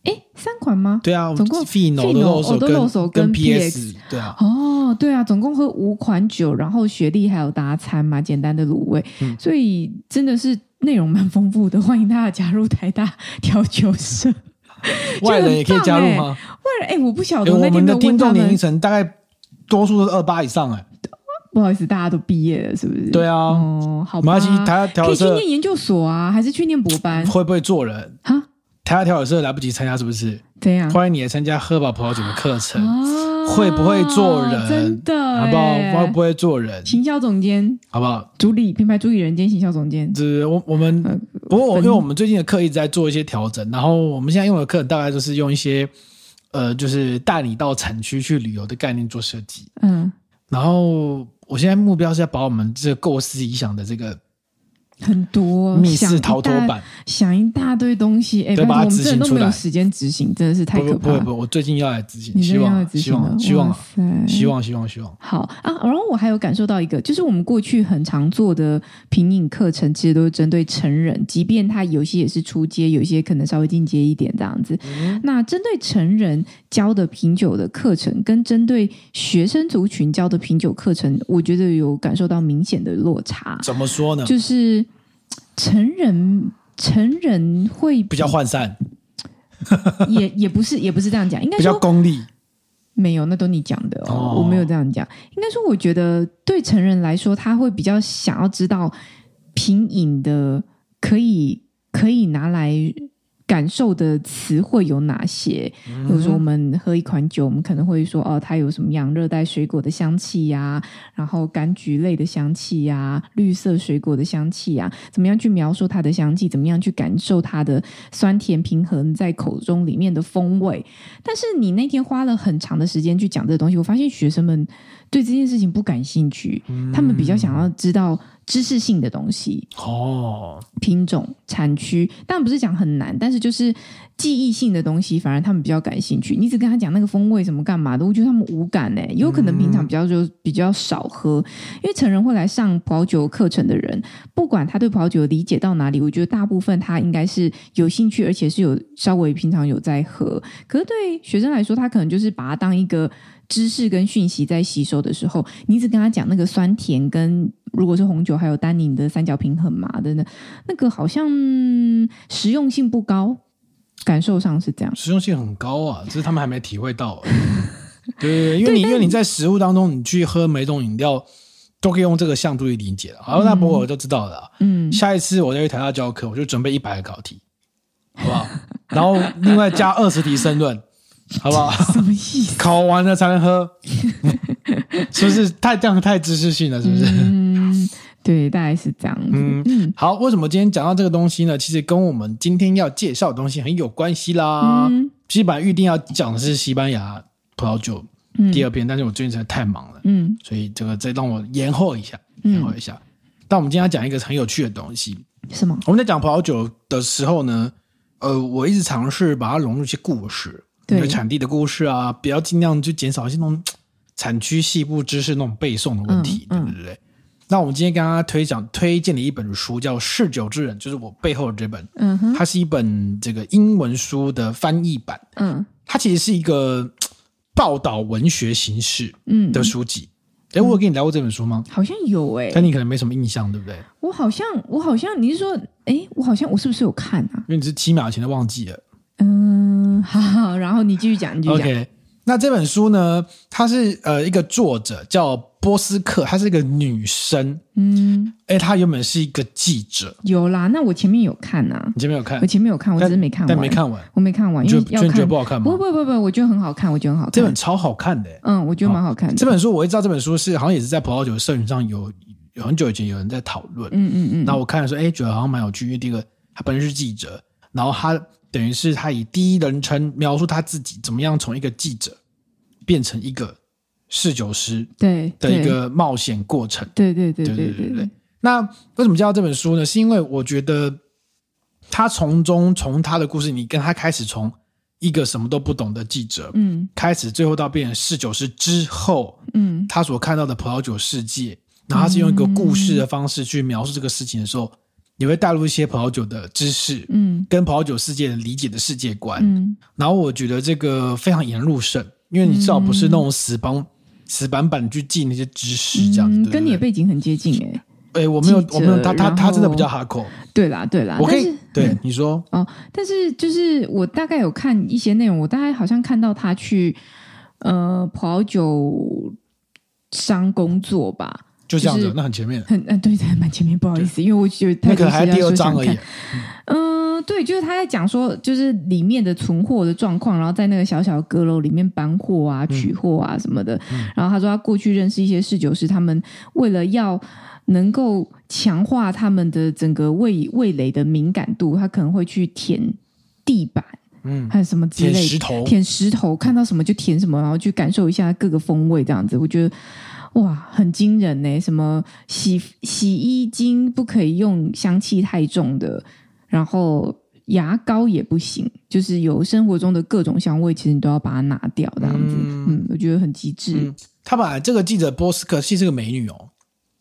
S1: 哎，三款吗？
S2: 对啊，
S1: 总共
S2: Fino
S1: Fino
S2: 的肉手
S1: Oloroso
S2: 跟
S1: 跟
S2: PS，对啊，
S1: 哦，对啊，总共喝五款酒，然后雪莉还有搭餐嘛，简单的卤味，
S2: 嗯
S1: 所以真的是内容蛮丰富的，欢迎大家加入台大调酒社。 哦
S2: 外人也可以加入吗？
S1: 为了哎，我不晓
S2: 诶
S1: 得，
S2: 我
S1: 那天
S2: 们
S1: 没
S2: 的
S1: 有
S2: 听
S1: 问他
S2: 众年龄
S1: 们，
S2: 层大概多数都是二八以上哎、
S1: 不好意思，大家都毕业了，是不是？
S2: 对啊
S1: 哦，好
S2: 马
S1: 吧，
S2: 来西亚台调
S1: 可
S2: 酒
S1: 以去
S2: 社
S1: 念研究所啊，还是去念博班
S2: 会不会做人？
S1: 啊？
S2: 台下调酒社来不及参加是不是？
S1: 怎样？
S2: 欢迎你来参加喝吧葡萄酒的课程。
S1: 啊
S2: 会不会做人
S1: 真的，
S2: 好不
S1: 哎
S2: 好？会不？会做人？
S1: 行销总监、
S2: 好不好？
S1: 主理品牌主理人兼行销总监，
S2: 就是我我们
S1: 呃
S2: 不过我
S1: 分
S2: 因为我们最近的课一直在做一些调整，然后我们现在用的课大概就是用一些呃，就是带你到产区去旅游的概念做设计。
S1: 嗯，
S2: 然后我现在目标是要把我们这个构思理想的这个
S1: 很多
S2: 密室
S1: 想
S2: 逃脱
S1: 一大
S2: 版，
S1: 想一大堆东西，哎，
S2: 对
S1: 拜托
S2: 把它
S1: 我们
S2: 执
S1: 真的
S2: 行
S1: 都
S2: 出
S1: 没有
S2: 来
S1: 时间执行，真的是太
S2: 不
S1: 可
S2: 不
S1: 怕
S2: 不
S1: 了。
S2: 会不会，我最近要来执行，
S1: 你
S2: 希
S1: 这样要
S2: 望
S1: 执
S2: 希
S1: 行了
S2: 望希望
S1: 哇
S2: 啊
S1: 塞
S2: 希望希望希望，
S1: 好啊，然后我还有感受到一个，就是我们过去很常做的品饮课程，其实都是针对成人，即便他有些也是出街，有些可能稍微进阶一点这样子。
S2: 嗯
S1: 那针对成人教的品酒的课程，跟针对学生族群教的品酒课程，我觉得有感受到明显的落差，
S2: 怎么说呢？
S1: 就是成人成人会
S2: 比较涣散，
S1: 也也不是也不是这样讲，应该
S2: 比
S1: 说
S2: 较功利，
S1: 没有，那都你讲的哦，
S2: 哦
S1: 我没有这样讲。应该说，我觉得对成人来说，他会比较想要知道品饮的可以可以拿来感受的词汇有哪些。比如说，我们喝一款酒，我们可能会说哦，它有什么样热带水果的香气呀、然后柑橘类的香气呀、绿色水果的香气呀、怎么样去描述它的香气，怎么样去感受它的酸甜平衡在口中里面的风味。但是你那天花了很长的时间去讲这个东西，我发现学生们对这件事情不感兴趣，他们比较想要知道知识性的东西，
S2: 哦，
S1: 品种、产区，当然不是讲很难，但是就是记忆性的东西，反而他们比较感兴趣。你只跟他讲那个风味什么干嘛的，我觉得他们无感哎、有可能平常比较就比较少喝，因为成人会来上葡萄酒课程的人，不管他对葡萄酒理解到哪里，我觉得大部分他应该是有兴趣，而且是有稍微平常有在喝。可是对学生来说，他可能就是把它当一个知识跟讯息在吸收的时候，你一直跟他讲那个酸甜跟如果是红酒还有单宁的三角平衡嘛等等，那个好像嗯实用性不高，感受上是这样。
S2: 实用性很高啊，只是他们还没体会到 而已。对对对，因为你因为你在食物当中，你去喝每种饮料都可以用这个像度去理解了。好，那不过我就知道了啊。
S1: 嗯，
S2: 下一次我再去台大教课，我就准备一百个考题，好 不好？然后另外加二十题申论，好不 好？
S1: 什么意思？
S2: 考完了才能喝， 是不是太这样太知识性了？是不是？
S1: 嗯，对，大概是这样子。
S2: 嗯
S1: 嗯
S2: 好，为什么今天讲到这个东西呢？其实跟我们今天要介绍的东西很有关系啦。
S1: 嗯
S2: 基本预定要讲的是西班牙葡萄酒
S1: 嗯
S2: 第二篇，但是我最近实在太忙了，
S1: 嗯
S2: 所以这个再让我延后一下，延后
S1: 嗯，
S2: 一下。但我们今天要讲一个很有趣的东西，
S1: 什么？
S2: 我们在讲葡萄酒的时候呢，呃，我一直尝试把它融入一些故事，
S1: 对
S2: 有产地的故事啊，不要尽量就减少一些那种嘖产区细部知识那种背诵的问题，
S1: 嗯
S2: 对不对？那我们今天跟大家推讲推荐的一本书叫《嗜酒之人》，就是我背后的这本，
S1: 嗯哼，
S2: 它是一本这个英文书的翻译版，
S1: 嗯
S2: 它其实是一个嘖报道文学形式
S1: 嗯，
S2: 的书籍。哎、我有跟你聊过这本书吗？
S1: 好像有哎、
S2: 但你可能没什么印象，对不对？
S1: 我好像我好像你是说，哎，我好像我是不是有看啊？
S2: 因为你是七秒前都忘记了。
S1: 嗯， 好好，然后你继续讲，你继续讲。
S2: OK，那这本书呢，它是呃一个作者叫波斯克，她是一个女生，
S1: 嗯，
S2: 哎，她原本是一个记者，
S1: 有啦，那我前面有看呐、
S2: 你前面有看
S1: 我，前面有看，我只是没看完，
S2: 但没，看完，
S1: 我没看完，
S2: 你
S1: 因
S2: 觉
S1: 为
S2: 得
S1: 要
S2: 觉得觉得
S1: 看。
S2: 不好看吗
S1: 不？不不不，我觉得很好看，我觉得很好看。
S2: 这本超好看的，诶
S1: 嗯，我觉得蛮好看的。
S2: 这本书我一知道，这本书是好像也是在葡萄酒社群上有有很久以前有人在讨论，
S1: 嗯嗯
S2: 那、我看的时候，哎，觉得好像蛮有趣，因为第一个他本身是记者，然后他等于是他以第一人称描述他自己怎么样从一个记者变成一个侍酒师
S1: 嗯，对
S2: 的一
S1: 对
S2: 个冒险过程。
S1: 对对对
S2: 对对
S1: 对
S2: 对对。那为什么叫这本书呢？是因为我觉得他从中从他的故事，你跟他开始从一个什么都不懂的记者、
S1: 嗯
S2: 开始，最后到变成侍酒师之后，
S1: 嗯
S2: 他所看到的葡萄酒世界，然后他是用一个故事的方式去描述这个事情的时候，你会带入一些葡萄酒的知识。
S1: 嗯
S2: 跟葡萄酒世界的理解的世界观，
S1: 嗯
S2: 然后我觉得这个非常引人入胜，因为你至少不是那种死板、死板板去记那些知识这样子，
S1: 嗯，
S2: 对不
S1: 跟你的
S2: 对
S1: 背景很接近哎、
S2: 哎、我没有
S1: 记，者
S2: 我没有，他他
S1: 然后
S2: 他真的比较哈口，
S1: 对啦对啦，
S2: 我可
S1: 但
S2: 以
S1: 是
S2: 对你说，
S1: 哦，但是就是我大概有看一些内容，我大概好像看到他去呃葡萄酒商工作吧，
S2: 就这样
S1: 就
S2: 子
S1: 是，
S2: 那很前面，
S1: 很嗯、对对，蛮前面，不好意思，因为我觉得
S2: 那
S1: 太
S2: 可
S1: 多
S2: 能还
S1: 资料
S2: 第二
S1: 说
S2: 章
S1: 想
S2: 而
S1: 看
S2: 已。
S1: 嗯，对，就是他在讲说，就是里面的存货的状况，然后在那个小小的阁楼里面搬货啊、取货啊什么的。
S2: 嗯
S1: 然后他说，他过去认识一些侍酒师，他们为了要能够强化他们的整个味味蕾的敏感度，他可能会去舔地板。
S2: 嗯，
S1: 还有什么之类
S2: 舔
S1: 的
S2: 石头，
S1: 舔石头，看到什么就舔什么，然后去感受一下各个风味，这样子，我觉得哇，很惊人呢、什么洗洗衣精不可以用香气太重的，然后牙膏也不行，就是有生活中的各种香味，其实你都要把它拿掉，这样子。嗯
S2: 嗯
S1: 我觉得很极致。
S2: 嗯他把这个记者波斯克是这个美女哦，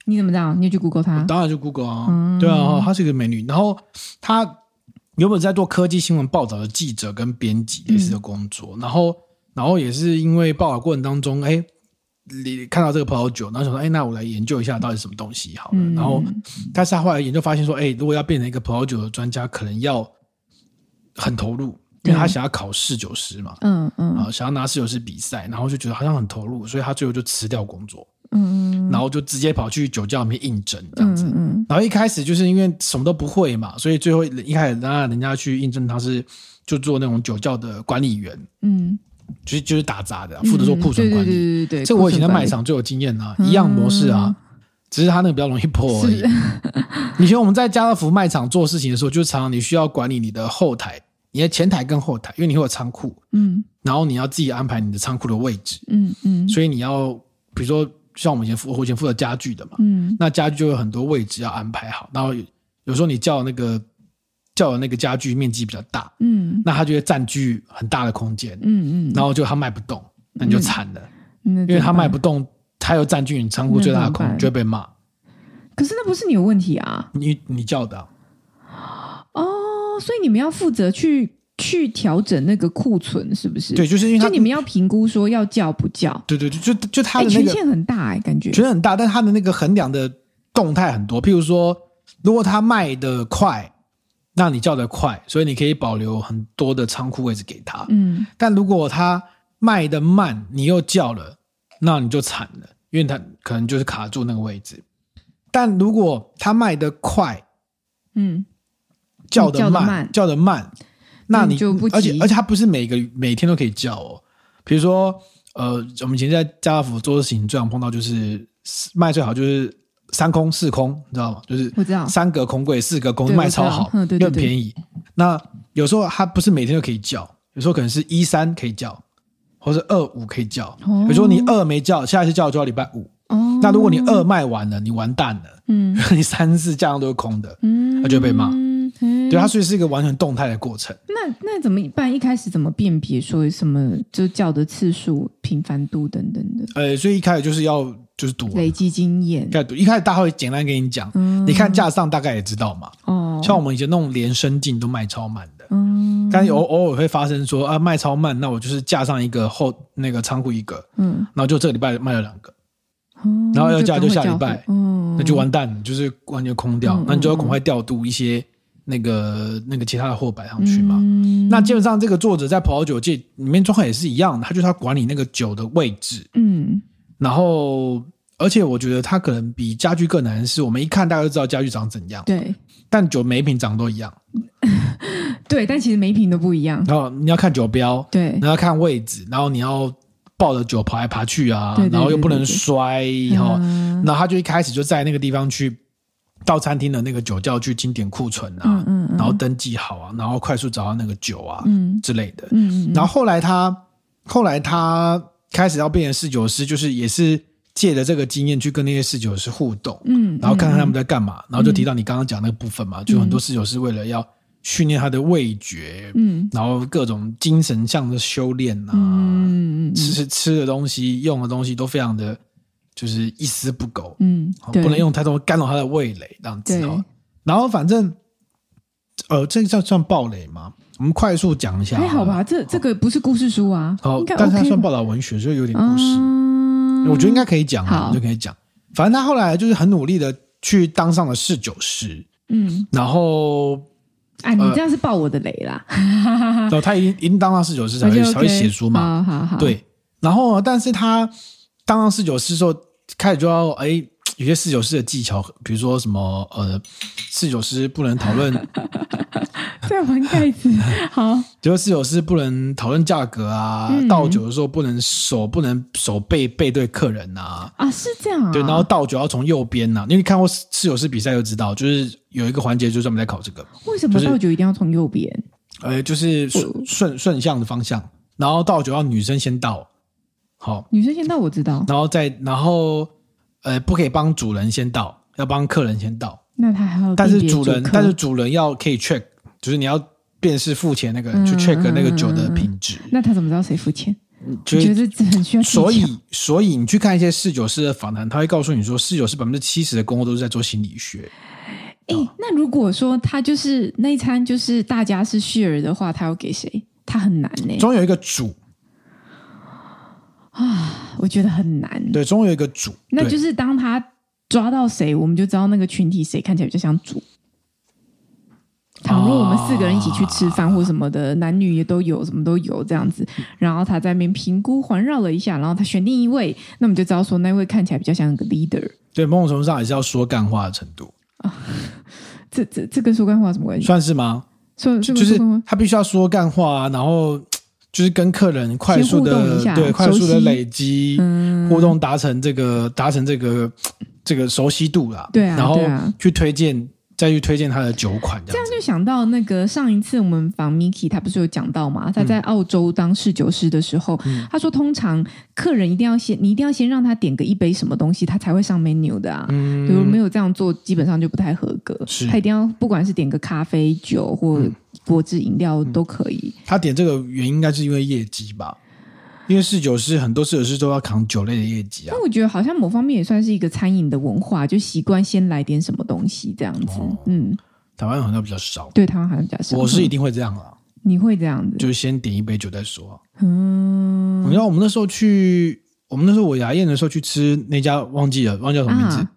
S1: 你怎么知道？你有去 Google 它？
S2: 当然就 Google 啊，
S1: 嗯
S2: 对啊，哦她是一个美女。然后她原本在做科技新闻报道的记者跟编辑类似的工作，然后然后也是因为报道过程当中，哎，你看到这个葡萄酒，然后想说，哎，那我来研究一下到底什么东西好了。
S1: 嗯
S2: 然后，但是她后来研究发现说，哎，如果要变成一个葡萄酒的专家，可能要很投入，因为她
S1: 对
S2: 想要考侍酒师嘛。
S1: 嗯嗯
S2: 啊，想要拿侍酒师比赛，然后就觉得好像很投入，所以她最后就辞掉工作，
S1: 嗯
S2: 然后就直接跑去酒窖里面应征这样子。
S1: 嗯嗯
S2: 然后一开始就是因为什么都不会嘛，所以最后一开始让人家去应征他是就做那种酒窖的管理员，
S1: 嗯
S2: 就是就是打杂的，
S1: 嗯，
S2: 负责做库存管
S1: 对
S2: 理。
S1: 对对对对，
S2: 这我以前在
S1: 库存管
S2: 卖
S1: 理嗯
S2: 场最有经验啊，一样模式啊，只是他那个比较容易破而已。 以前我们在家乐福卖场做事情的时候，就是常常你需要管理你的后台、你的前台跟后台，因为你会有仓库，
S1: 嗯
S2: 然后你要自己安排你的仓库的位置，
S1: 嗯嗯
S2: 所以你要比如说像我们以前负我以前负责家具的嘛，
S1: 嗯
S2: 那家具就有很多位置要安排好，然后有有时候你叫那个叫的那个家具面积比较大，
S1: 嗯
S2: 那它就会占据很大的空间，
S1: 嗯嗯，
S2: 然后就它卖不动，
S1: 嗯
S2: 那你就惨了，
S1: 因
S2: 因为它卖不动，它又占据你仓库最大的空
S1: 那怎么办
S2: 间，就会被骂。
S1: 可是那不是你有问题啊！
S2: 你你叫的啊、
S1: 哦，所以你们要负责去去调整那个库存，是不是？
S2: 对，，就是因为它
S1: 就你们要评估说要叫不叫，
S2: 对对对，就就它
S1: 哎、
S2: 的那
S1: 权
S2: 个
S1: 限很大哎、感觉。
S2: 觉得很大，但它的那个衡量的动态很多，譬如说，如果它卖的快，那你叫的快，所以你可以保留很多的仓库位置给他，
S1: 嗯
S2: 但如果它卖的慢，你又叫了，那你就惨了，因为它可能就是卡住那个位置。但如果它卖的快，
S1: 嗯
S2: 叫的
S1: 叫得
S2: 慢
S1: 慢，
S2: 叫的慢，那
S1: 你
S2: 你
S1: 就不急
S2: 而且而且它不是每个每天都可以叫哦。比如说，呃，我们以前在家乐福做事情，最常碰到就是卖最好就是三空四空，你知道吗？就是
S1: 我知道
S2: 三个空柜四个空
S1: 对
S2: 卖
S1: 我知
S2: 超
S1: 道
S2: 好，
S1: 嗯对对
S2: 又很
S1: 对
S2: 便宜。那有时候它不是每天都可以叫，有时候可能是一三可以叫，或是二五可以叫。
S1: 哦
S2: 有时候你二没叫，下一次叫就要礼拜五。
S1: 哦，
S2: 那如果你二卖完了，你完蛋了，
S1: 嗯
S2: 你三四这样都是空的。
S1: 嗯，
S2: 那就被骂
S1: 嗯，
S2: 啊对，它所以是一个完全动态的过程。
S1: 那那怎么办？一开始怎么辨别说什么就叫的次数、频繁度等等的，
S2: 呃，所以一开始就是要就是赌啊，
S1: 累积经验
S2: 一开始赌，一开始大家会简单跟你讲，
S1: 嗯
S2: 你看架上大概也知道嘛。
S1: 哦。
S2: 像我们以前那种连升镜都卖超满的，
S1: 嗯
S2: 但是偶偶尔会发生说啊卖超慢，那我就是架上一个后那个仓库一个，
S1: 嗯，
S2: 然后就这个礼拜卖了两个，
S1: 哦
S2: 然后要
S1: 就
S2: 叫
S1: 赶
S2: 就下
S1: 快叫
S2: 礼拜
S1: 回嗯，
S2: 那就完蛋了，就是完全空掉
S1: 嗯。
S2: 那你就要
S1: 嗯
S2: 赶快调度一些那个那个其他的货摆上去嘛。
S1: 嗯
S2: 那基本上这个作者在葡萄酒界里面状况也是一样的，他就是他管理那个酒的位置，
S1: 嗯
S2: 然后，而且我觉得它可能比家具更难，是我们一看大家就知道家具长怎样，
S1: 对
S2: 但酒每一瓶长都一样。
S1: 对，但其实每一瓶都不一样。
S2: 然后你要看酒标，
S1: 对
S2: 你，要看位置，然后你要抱着酒爬来爬去啊，
S1: 对对
S2: 然后又不能
S1: 对对对
S2: 摔哈。
S1: 嗯
S2: 然后他就一开始就在那个地方去到餐厅的那个酒窖去清点库存啊
S1: 嗯，嗯嗯
S2: 然后登记好啊，然后快速找到那个酒啊、
S1: 嗯
S2: 之类的。
S1: 嗯嗯，
S2: 然后后来他后来他开始要变成侍酒师，就是也是借着这个经验去跟那些侍酒师互动，
S1: 嗯
S2: 然后看看他们在干嘛，然后就提到你刚刚讲那个部分嘛，就很多侍酒师为了要训练他的味觉，
S1: 嗯
S2: 然后各种精神上的修炼啊，
S1: 嗯嗯
S2: 吃吃的东西、用的东西都非常的就是一丝不苟，
S1: 嗯
S2: 哦，
S1: 对
S2: 不能用太多干扰他的味蕾这样子
S1: 对
S2: 哦。然后反正呃，这算算暴雷吗？我们快速讲一下，
S1: 还好吧？？这这个不是故事书啊，
S2: 好哦
S1: 应，该
S2: 但是它
S1: OK
S2: 算
S1: 吧
S2: 报道文学，所以有点故事。
S1: 啊，
S2: 我觉得应该可以讲啊，
S1: 好
S2: 我就可以讲。反正他后来就是很努力的去当上了侍酒师，
S1: 嗯，
S2: 然后
S1: 哎，你
S2: 呃
S1: 这样是爆我的雷啦，
S2: 然后他一定一定当上侍酒师才
S1: 我
S2: 会
S1: 就
S2: 才会
S1: OK
S2: 写书嘛，
S1: 好好好，，
S2: 对。然后呢，但是他当上侍酒师之后，开始就要哎，有些侍酒师的技巧，比如说什么呃，侍酒师不能 讨论，
S1: 在玩盖 子，好，
S2: 比如说侍酒师不能讨论价格啊，
S1: 嗯
S2: 倒酒的时候不能手不能手背背对客人啊，
S1: 啊，是这样啊，
S2: 对，然后倒酒要从右边呐、因为你看过侍酒师比赛就知道，就是有一个环节就专门在考这个，
S1: 为什么
S2: 就是
S1: 倒酒一定要从右边？
S2: 呃，就是
S1: 嗯
S2: 顺顺顺向的方向，然后倒酒要女生先倒，好，
S1: 女生先到我知道，
S2: 然后再然后呃不可以帮主人先倒，要帮客人先倒，
S1: 那他还要
S2: 但
S1: 辨
S2: 是
S1: 别
S2: 主人
S1: 客
S2: 但是主人要可以 check，就是你要辨识付钱那
S1: 嗯
S2: 个人、去 check 那个酒的品质，
S1: 那他怎么知道谁付钱？
S2: 就
S1: 我
S2: 是
S1: 嗯觉得这很需要技巧
S2: 所以，所以你去看一些侍酒师的访谈，他会告诉你说，侍酒师百分之七十的工作都是在做心理学。
S1: 哎、那如果说他就是那一餐就是大家是 share 的话，他要给谁？他很难呢、
S2: 总有一个主，
S1: 我觉得很难。
S2: 对，总有一个主，
S1: 那就
S2: 对
S1: 是当他抓到谁，我们就知道那个群体谁看起来比较像主。倘若我们四个人一起去吃饭或什么的，男女也都有，什么都有这样子。然后他在那边评估环绕了一下，然后他选定一位，那我们就知道说那位看起来比较像个 leader。
S2: 对，某种程度上也是要说干话的程度，
S1: 这这这跟说干话有什么关系？
S2: 算是吗？
S1: 说
S2: 就
S1: 这跟
S2: 就是
S1: 说干话
S2: 他必须要说干话、啊，然后就是跟客人快速
S1: 先互动一
S2: 的
S1: 下
S2: 对快速
S1: 熟
S2: 的
S1: 悉嗯
S2: 累积、互动，达成这个达成这个这个熟悉度啦。
S1: 对啊
S2: 然后
S1: 对啊
S2: 去推荐，再去推荐他的酒款这
S1: 这样
S2: 样子。
S1: 就想到那个上一次我们访 Miki，他不是有讲到嘛？他
S2: 嗯
S1: 在澳洲当侍酒师的时候，他说通常客人一定要先，你一定要先让他点个一杯什么东西，他才会上 menu 的啊。如果没有这样做，基本上就不太合格
S2: 嗯是。嗯
S1: 他一定要不管是点个咖啡、酒或果汁、饮料都可以。
S2: 他点这个原因应该是因为业绩吧，因为侍酒师很多侍酒师都要扛酒类的业绩啊
S1: 但。我觉得好像某方面也算是一个餐饮的文化，就习惯先来点什么东西这样子。嗯，
S2: 台湾好像比较少，
S1: 对，台湾好像比较少。
S2: 哦我是一定会这样啦，
S1: 你会这样子？
S2: 就是先点一杯酒再说啊。
S1: 嗯
S2: 你知道我们那时候去，我们那时候我牙宴的时候去吃那家忘记了，忘记叫什么名字，
S1: 啊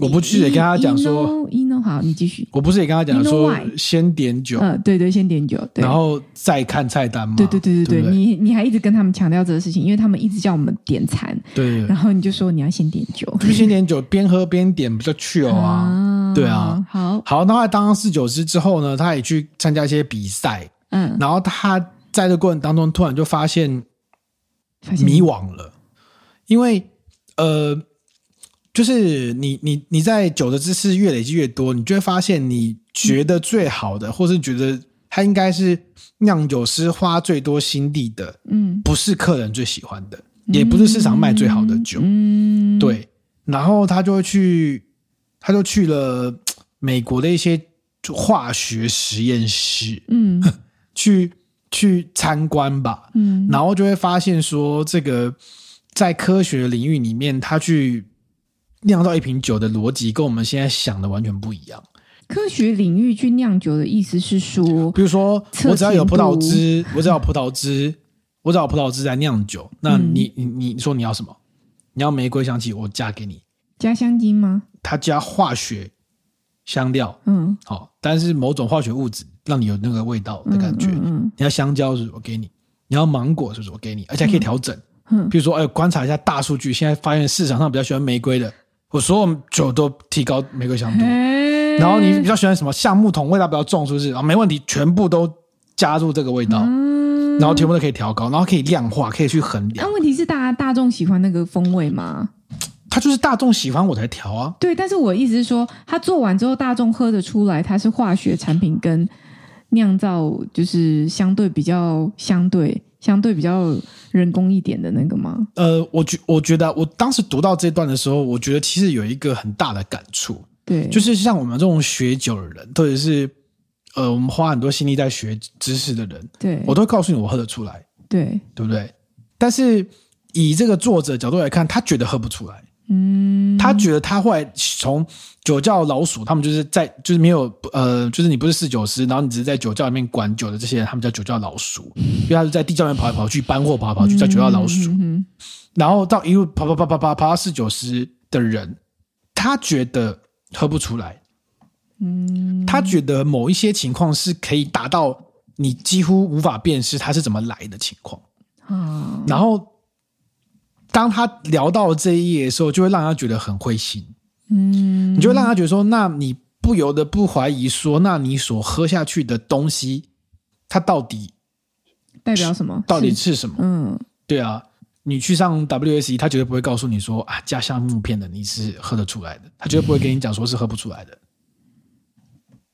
S2: 我不去也跟他讲说，
S1: 一诺好，你继续。
S2: 我不是也跟他讲
S1: You
S2: 说
S1: know why？
S2: 先点酒，
S1: 嗯，对对，先点酒，对，
S2: 然后再看菜单嘛。
S1: 对对对对
S2: 对不
S1: 对，你你还一直跟他们强调这个事情，因为他们一直叫我们点餐，
S2: 对对对
S1: 然后你就说你要先点酒，
S2: 就是先点酒，边喝边点比较 chill 啊。对啊，
S1: 好，
S2: 好，那他当侍酒师之后呢，他也去参加一些比赛，
S1: 嗯，
S2: 然后他在这过程当中突然就发现
S1: 发现
S2: 迷惘了，因为呃，就是你你你在酒的知识越累积越多，你就会发现你觉得最好的，或是觉得他应该是酿酒师花最多心力的，
S1: 嗯
S2: 不是客人最喜欢的，也不是市场卖最好的酒，
S1: 嗯，
S2: 对。然后他就会去，他就去了嘖美国的一些化学实验室
S1: 嗯
S2: 去去参观吧，
S1: 嗯
S2: 然后就会发现说，这个在科学领域里面，他去酿造一瓶酒的逻辑跟我们现在想的完全不一样。
S1: 科学领域去酿酒的意思是说，
S2: 比如说，我只要有葡萄
S1: 测
S2: 汁，我只要有葡萄汁，我只要有葡萄汁在酿酒，那你、你你说你要
S1: 嗯
S2: 什么？你要玫瑰香气，我嫁给你。
S1: 加香精吗？
S2: 它加化学香料，
S1: 嗯，
S2: 好、但是某种化学物质让你有那个味道的感觉。
S1: 嗯嗯
S2: 你要香蕉是不是我给你，你要芒果是不是我给你，而且还可以调整。
S1: 嗯
S2: 比如说，哎，观察一下大数据，现在发现市场上比较喜欢玫瑰的，我所有酒都提高玫瑰香
S1: 嗯，
S2: 度。
S1: 哎
S2: 然后你比较喜欢什么橡木桶，味道比较重，是不是啊？没问题，全部都加入这个味道，
S1: 嗯，
S2: 然后全部都可以调高，然后可以量化，可以去衡量
S1: 那。问题是大家大众喜欢那个风味吗？
S2: 它就是大众喜欢我才调啊。
S1: 对，但是我意思是说，它做完之后，大众喝得出来，它是化学产品跟酿造就是相对比较相对相对比较人工一点的那个吗？
S2: 呃，我觉我觉得我当时读到这段的时候，我觉得其实有一个很大的感触，
S1: 对，
S2: 就是像我们这种学酒的人，或者是呃，我们花很多心力在学知识的人，
S1: 对
S2: 我都会告诉你我喝得出来，
S1: 对，
S2: 对不对？但是以这个作者角度来看，他觉得喝不出来，
S1: 嗯，
S2: 他觉得他会从酒窖老鼠，他们就是在就是没有呃，就是你不是侍酒师，然后你只是在酒窖里面管酒的这些人，他们叫酒窖老鼠，因为他是在地窖里面跑来跑去，搬货跑来跑去，叫酒窖老鼠。
S1: 嗯
S2: 然后到一路跑跑跑跑跑跑到四九十的人，他觉得喝不出来，
S1: 嗯
S2: 他觉得某一些情况是可以达到你几乎无法辨识它是怎么来的情况。
S1: 嗯啊，
S2: 然后，当他聊到这一页的时候，就会让他觉得很灰心，
S1: 嗯，
S2: 你就会让他觉得说，那你不由得不怀疑说，那你所喝下去的东西，它到底
S1: 代表什么？
S2: 到底
S1: 是
S2: 是什么？
S1: 嗯
S2: 对啊，你去上 WSE，他绝对不会告诉你说啊，加橡木片的你是喝得出来的，他绝对不会跟你讲说是喝不出来的。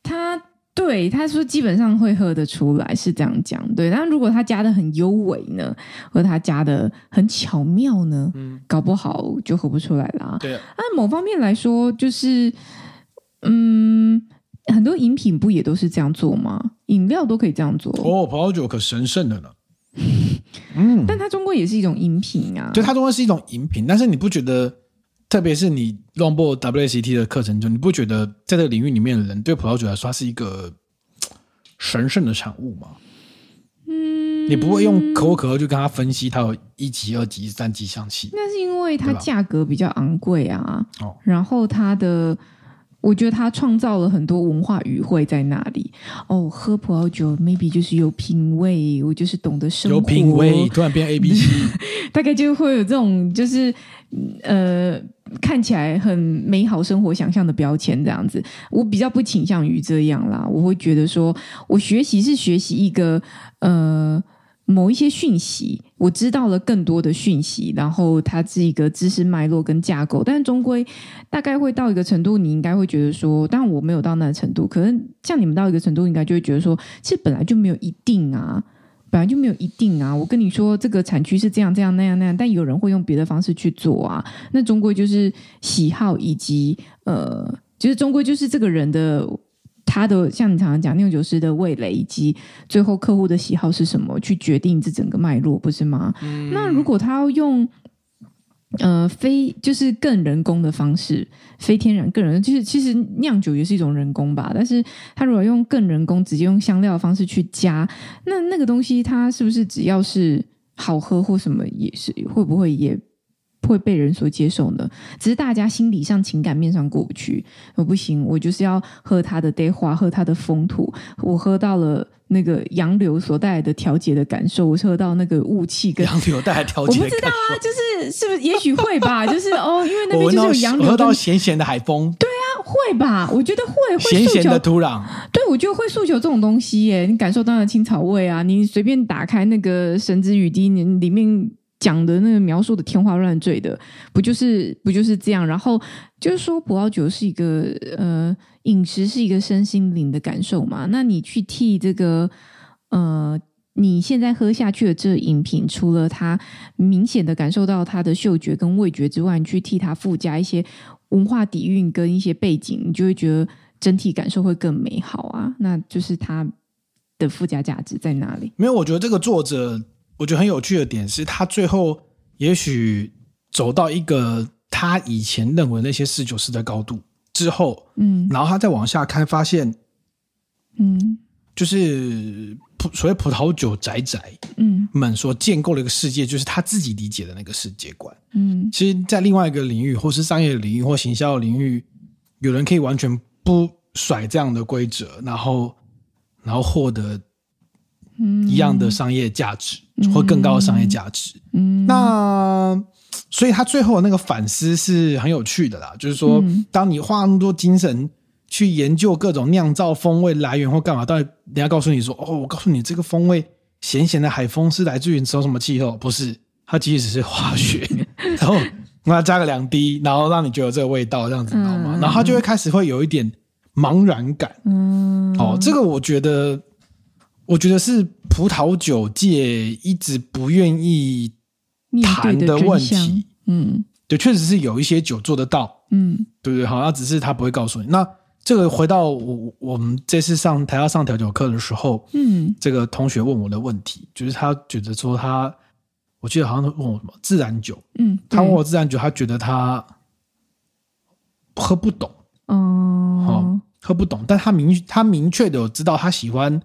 S1: 他。对，他说基本上会喝得出来，是这样讲。对，但如果他加的很优美呢，或者他加的很巧妙呢，
S2: 嗯，
S1: 搞不好就喝不出来啦。
S2: 对啊，
S1: 按某方面来说，就是嗯，很多饮品不也都是这样做吗？饮料都可以这样做，
S2: 哦，葡萄酒可神圣了呢。嗯，
S1: 但它终归也是一种饮品啊。
S2: 就它终归是一种饮品，但是你不觉得，特别是你 l o n b o WCT E 的课程中，你不觉得在这个领域里面的人对葡萄酒来说，它是一个嘖神圣的产物吗？嗯，你不会用可口可乐去跟他分析它有一级、二级、三级香气
S1: 那是因为它
S2: 对吧
S1: 价格比较昂贵啊，
S2: 哦
S1: 然后它的，我觉得它创造了很多文化语汇在那里。哦，喝葡萄酒 maybe 就是有品味，我就是懂得生活，
S2: 有品味，突然变 A B C，
S1: 大概就会有这种就是呃看起来很美好生活想象的标签这样子。我比较不倾向于这样啦，我会觉得说我学习是学习一个呃。某一些讯息，我知道了更多的讯息，然后它是一个知识脉络跟架构，但终归大概会到一个程度，你应该会觉得说，当然我没有到那个程度，可能像你们到一个程度，应该就会觉得说，其实本来就没有一定啊，本来就没有一定啊。我跟你说，这个产区是这样这样那样那样，但有人会用别的方式去做啊。那终归就是喜好以及呃，就是终归就是这个人的。他的像你常常讲酿酒师的味蕾，以及最后客户的喜好是什么，去决定这整个脉络，不是吗？那如果他要用呃非就是更人工的方式，非天然更人，就是其实酿酒也是一种人工吧，但是他如果用更人工，直接用香料的方式去加，那那个东西它是不是只要是好喝或什么，也是会不会也会被人所接受呢？只是大家心理上、情感面上过不去。我不行，我就是要喝它的 day 花，喝它的风土。我喝到了那个洋流所带来的调节的感受，我是喝到那个雾气跟。
S2: 杨柳带来调
S1: 我不
S2: 节的
S1: 知道
S2: 感
S1: 啊
S2: 受。，
S1: 就是是不是？也许会 吧，就是哦，因为那
S2: 我
S1: 边
S2: 闻
S1: 就是
S2: 到
S1: 有洋
S2: 我
S1: 流
S2: 喝
S1: 跟
S2: 到咸咸的海风，
S1: 会吧？我觉得会会
S2: 咸
S1: 诉
S2: 咸
S1: 求
S2: 的土壤，
S1: 对，我就会诉求这种东西耶。你感受到的青草味啊，你随便打开那个《神之雨滴》，你里面讲的那个描述的天花乱坠的，不就是不就是这样？然后就是说，葡萄酒是一个呃，饮食是一个身心灵的感受嘛。那你去替这个呃。你现在喝下去的这饮品，除了它明显的感受到它的嗅觉跟味觉之外，你去替它附加一些文化底蕴跟一些背景，你就会觉得整体感受会更美好啊。那就是它的附加价值在哪里？
S2: 没有，我觉得这个作者，我觉得很有趣的点是，他最后也许走到一个他以前认为那些侍酒师的高度之后，
S1: 嗯
S2: 然后他再往下看，发现
S1: 嗯
S2: 就是葡所谓葡萄酒宅宅
S1: 嗯
S2: 们所建构的一个世界，就是他自己理解的那个世界观。
S1: 嗯
S2: 其实，在另外一个领域，或是商业领域或行销领域，有人可以完全不甩这样的规则，然后然后获得
S1: 嗯，
S2: 一样的商业价值，或更高的商业价值。
S1: 嗯
S2: 那所以他最后的那个反思是很有趣的啦，就是说，
S1: 嗯
S2: 当你花那么多精神去研究各种酿造风味来源或干嘛，到底人家告诉你说，哦，我告诉你这个风味咸咸的海风是来自于什么什么气候，不是，它其实只是 化学，然后那加个两滴，然后让你觉得有这个味道，这样子，你知道吗？
S1: 嗯
S2: 然后他就会开始会有一点茫然感。
S1: 嗯
S2: 哦，这个我觉得，我觉得是葡萄酒界一直不愿意
S1: 面对
S2: 谈
S1: 的真
S2: 问
S1: 相
S2: 题，
S1: 嗯
S2: 对，确实是有一些酒做得到，
S1: 嗯
S2: 对不对？好，那只是他不会告诉你。那这个回到我我们这次上台要上调酒课的时候，
S1: 嗯
S2: 这个同学问我的问题，就是他觉得说他，我记得好像问我什么自然酒，
S1: 嗯，
S2: 他问
S1: 对
S2: 我自然酒，他觉得他喝不懂，
S1: 哦
S2: 哦，喝不懂，但他明他明确的有知道他喜欢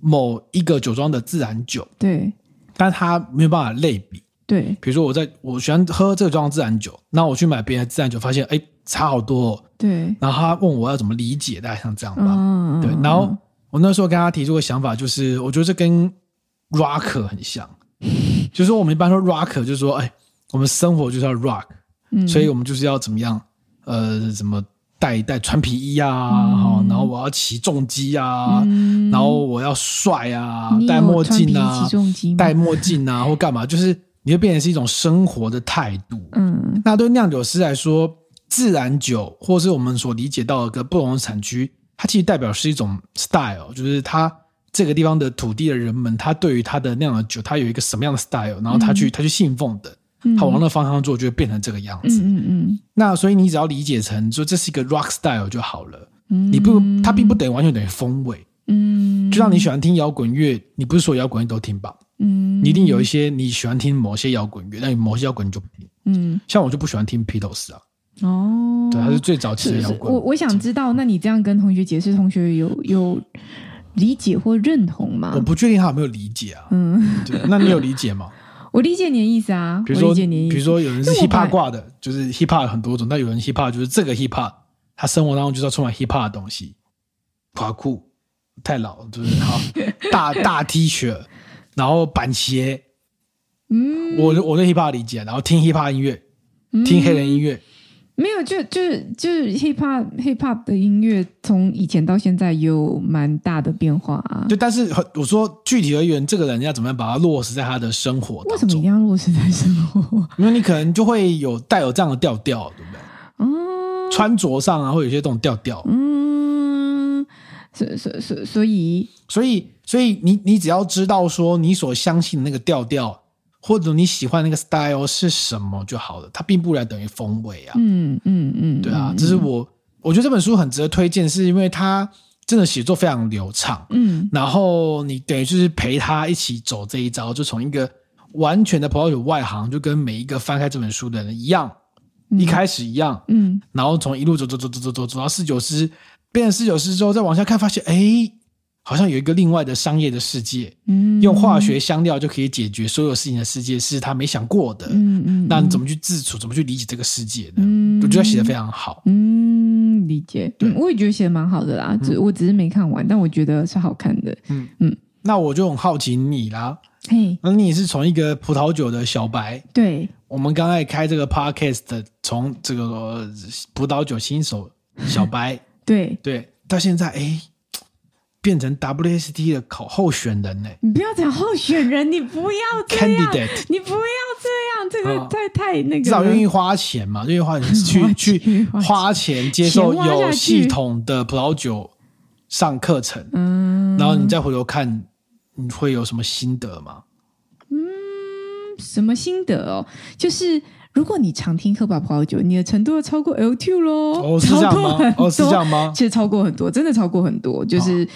S2: 某一个酒庄的自然酒，
S1: 对
S2: 但他没有办法类比。
S1: 对，
S2: 比如说，我在我喜欢喝这个酒庄的自然酒，那我去买别人的自然酒，发现哎差好多、哦。
S1: 对，
S2: 然后他问我要怎么理解，大概像这样吧。
S1: 嗯，
S2: 对，然后我那时候跟他提出个想法，就是我觉得这跟 rock 很像， 就是说我们一般说 rock 就是说，哎，我们生活就是要 rock，
S1: 嗯
S2: 所以我们就是要怎么样，呃，怎么带一带穿皮衣啊，好、然后我要骑重机啊，
S1: 嗯
S2: 然后我要帅啊
S1: 你，
S2: 戴
S1: 有
S2: 墨
S1: 穿
S2: 镜
S1: 皮
S2: 啊
S1: 起，重机吗
S2: 戴墨镜啊，或干嘛，就是你会变成是一种生活的态度。
S1: 嗯
S2: 那对酿酒师来说，自然酒或是我们所理解到的各不同的产区，它其实代表是一种 style，就是它这个地方的土地的人们，他对于他的那样的酒，他有一个什么样的 style，然后他去、
S1: 嗯
S2: 他去信奉的，他往那个方向做，就会变成这个样子。
S1: 嗯嗯
S2: 那所以你只要理解成说这是一个 rock style 就好了，
S1: 嗯，
S2: 你不它并不等于完全等于风味。
S1: 嗯
S2: 就像你喜欢听摇滚乐，你不是所有摇滚乐都听吧？
S1: 嗯
S2: 你一定有一些你喜欢听某些摇滚乐，但你某些摇滚你就不听。
S1: 嗯
S2: 像我就不喜欢听披头士啊，
S1: 哦，
S2: 对，它是最早期的
S1: 是
S2: 摇
S1: 是，我
S2: 滚。
S1: 我想知道，那你这样跟同学解释，同学有有理解或认同吗
S2: 我？不确定他有没有理解啊，
S1: 嗯，
S2: 对，那你有理解吗？
S1: 我理解你的意思啊，
S2: 比如
S1: 我
S2: 说，
S1: 理解你的意思。
S2: 比如说有人是
S1: 因为我
S2: hip
S1: 本来
S2: hop 挂的，就是 hip hop 有很多种，但有人 hip hop 就是这个 hip hop，他生活当中就是要充满 hip hop 的东西，垮裤、太老，就是好大大 T 恤，然后板鞋，
S1: 嗯，
S2: 我我对 hip hop 的理解，然后听 hip hop 音乐，听黑人音乐，
S1: 没有，就就是就是 hip hop hip hop 的音乐，从以前到现在有蛮大的变化啊。
S2: 对，但是很我说具体而言，这个人要怎么样把它落实在他的生活
S1: 为
S2: 当
S1: 什么一定
S2: 中？
S1: 要落实在生活？
S2: 因为你可能就会有带有这样的调调，对不对？
S1: 哦，
S2: 穿着上啊，会有一些这种调调，
S1: 嗯，所所所所以，
S2: 所以，所以你你只要知道说你所相信的那个调调，或者你喜欢那个 style 是什么就好了，它并不来等于风味啊，
S1: 嗯嗯嗯，
S2: 对啊
S1: 嗯，
S2: 这是我我觉得这本书很值得推荐，是因为它真的写作非常流畅，
S1: 嗯
S2: 然后你等于就是陪他一起走这一招，就从一个完全的葡萄酒外行，就跟每一个翻开这本书的人一样，一开始一样，
S1: 嗯
S2: 然后从一路走走走走走走走到四九师，变成四九师之后再往下看，发现哎，好像有一个另外的商业的世界，
S1: 嗯，
S2: 用化学香料就可以解决所有事情的世界，是他没想过的。
S1: 嗯，嗯嗯，
S2: 那你怎么去自处，怎么去理解这个世界呢？
S1: 嗯
S2: 我觉得写的非常好。
S1: 嗯，理解。
S2: 对嗯
S1: 嗯，我也觉得写的蛮好的啦，只我只是没看完，但我觉得是好看的。
S2: 那我就很好奇你啦，
S1: 嘿，
S2: 那你是从一个葡萄酒的小白，
S1: 对，
S2: 我们刚才开这个 podcast，从这个呃葡萄酒新手 小白
S1: 对，
S2: 对，到现在哎，变成 WST 的考候选人呢、
S1: 你不要讲候选人，你不要这样，
S2: candidate，
S1: 你不要这样，这
S2: 啊
S1: 个太太那
S2: 至
S1: 个
S2: 少愿
S1: 了。
S2: 意花钱嘛，愿意花钱 去去
S1: 花钱
S2: 花钱接受
S1: 钱花下
S2: 有
S1: 去
S2: 系统的葡萄酒上课程，
S1: 嗯，
S2: 然后你再回头看，你会有什么心得吗？
S1: 什么心得哦？就是如果你常听喝吧葡萄酒，你的程度要超过 L two 喽，
S2: 哦，是
S1: 超
S2: 这样
S1: 过很
S2: 吗？
S1: 多，
S2: 哦，是这样吗？
S1: 其实超过很多，真的超过很多。就是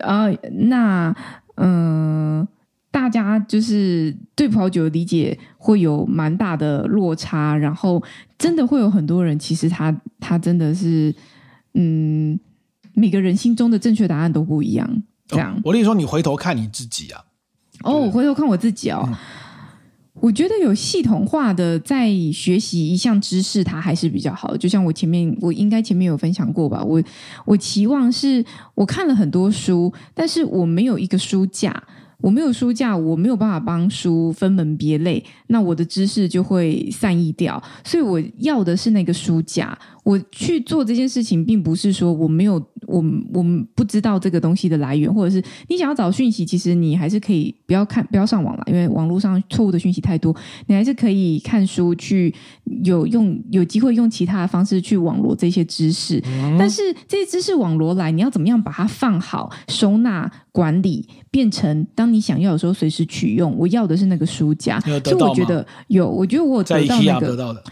S1: 啊、呃那嗯、呃大家就是对葡萄酒的理解会有蛮大的落差，然后真的会有很多人，其实他他真的是嗯，每个人心中的正确答案都不一样。这样
S2: 哦我跟你说，你回头看你自己啊，
S1: 哦，我回头看我自己哦。我觉得有系统化的在学习一项知识，它还是比较好的。就像我前面，我应该前面有分享过吧。我我期望是我看了很多书，但是我没有一个书架，我没有书架，我没有办法帮书分门别类，那我的知识就会散逸掉。所以我要的是那个书架。我去做这件事情，并不是说我没有我我们不知道这个东西的来源，或者是你想要找讯息，其实你还是可以不要看不要上网了，因为网络上错误的讯息太多，你还是可以看书去有用有机会用其他的方式去网罗这些知识。
S2: 嗯
S1: 但是这些知识网罗来，你要怎么样把它放好、收纳、管理，变成当你想要的时候随时取用？我要的是那个书架，
S2: 你有
S1: 所
S2: 得
S1: 以
S2: 到
S1: 我觉
S2: 吗
S1: 得有，我觉得我有
S2: 在
S1: 得到那
S2: IKEA
S1: 个
S2: 得到的，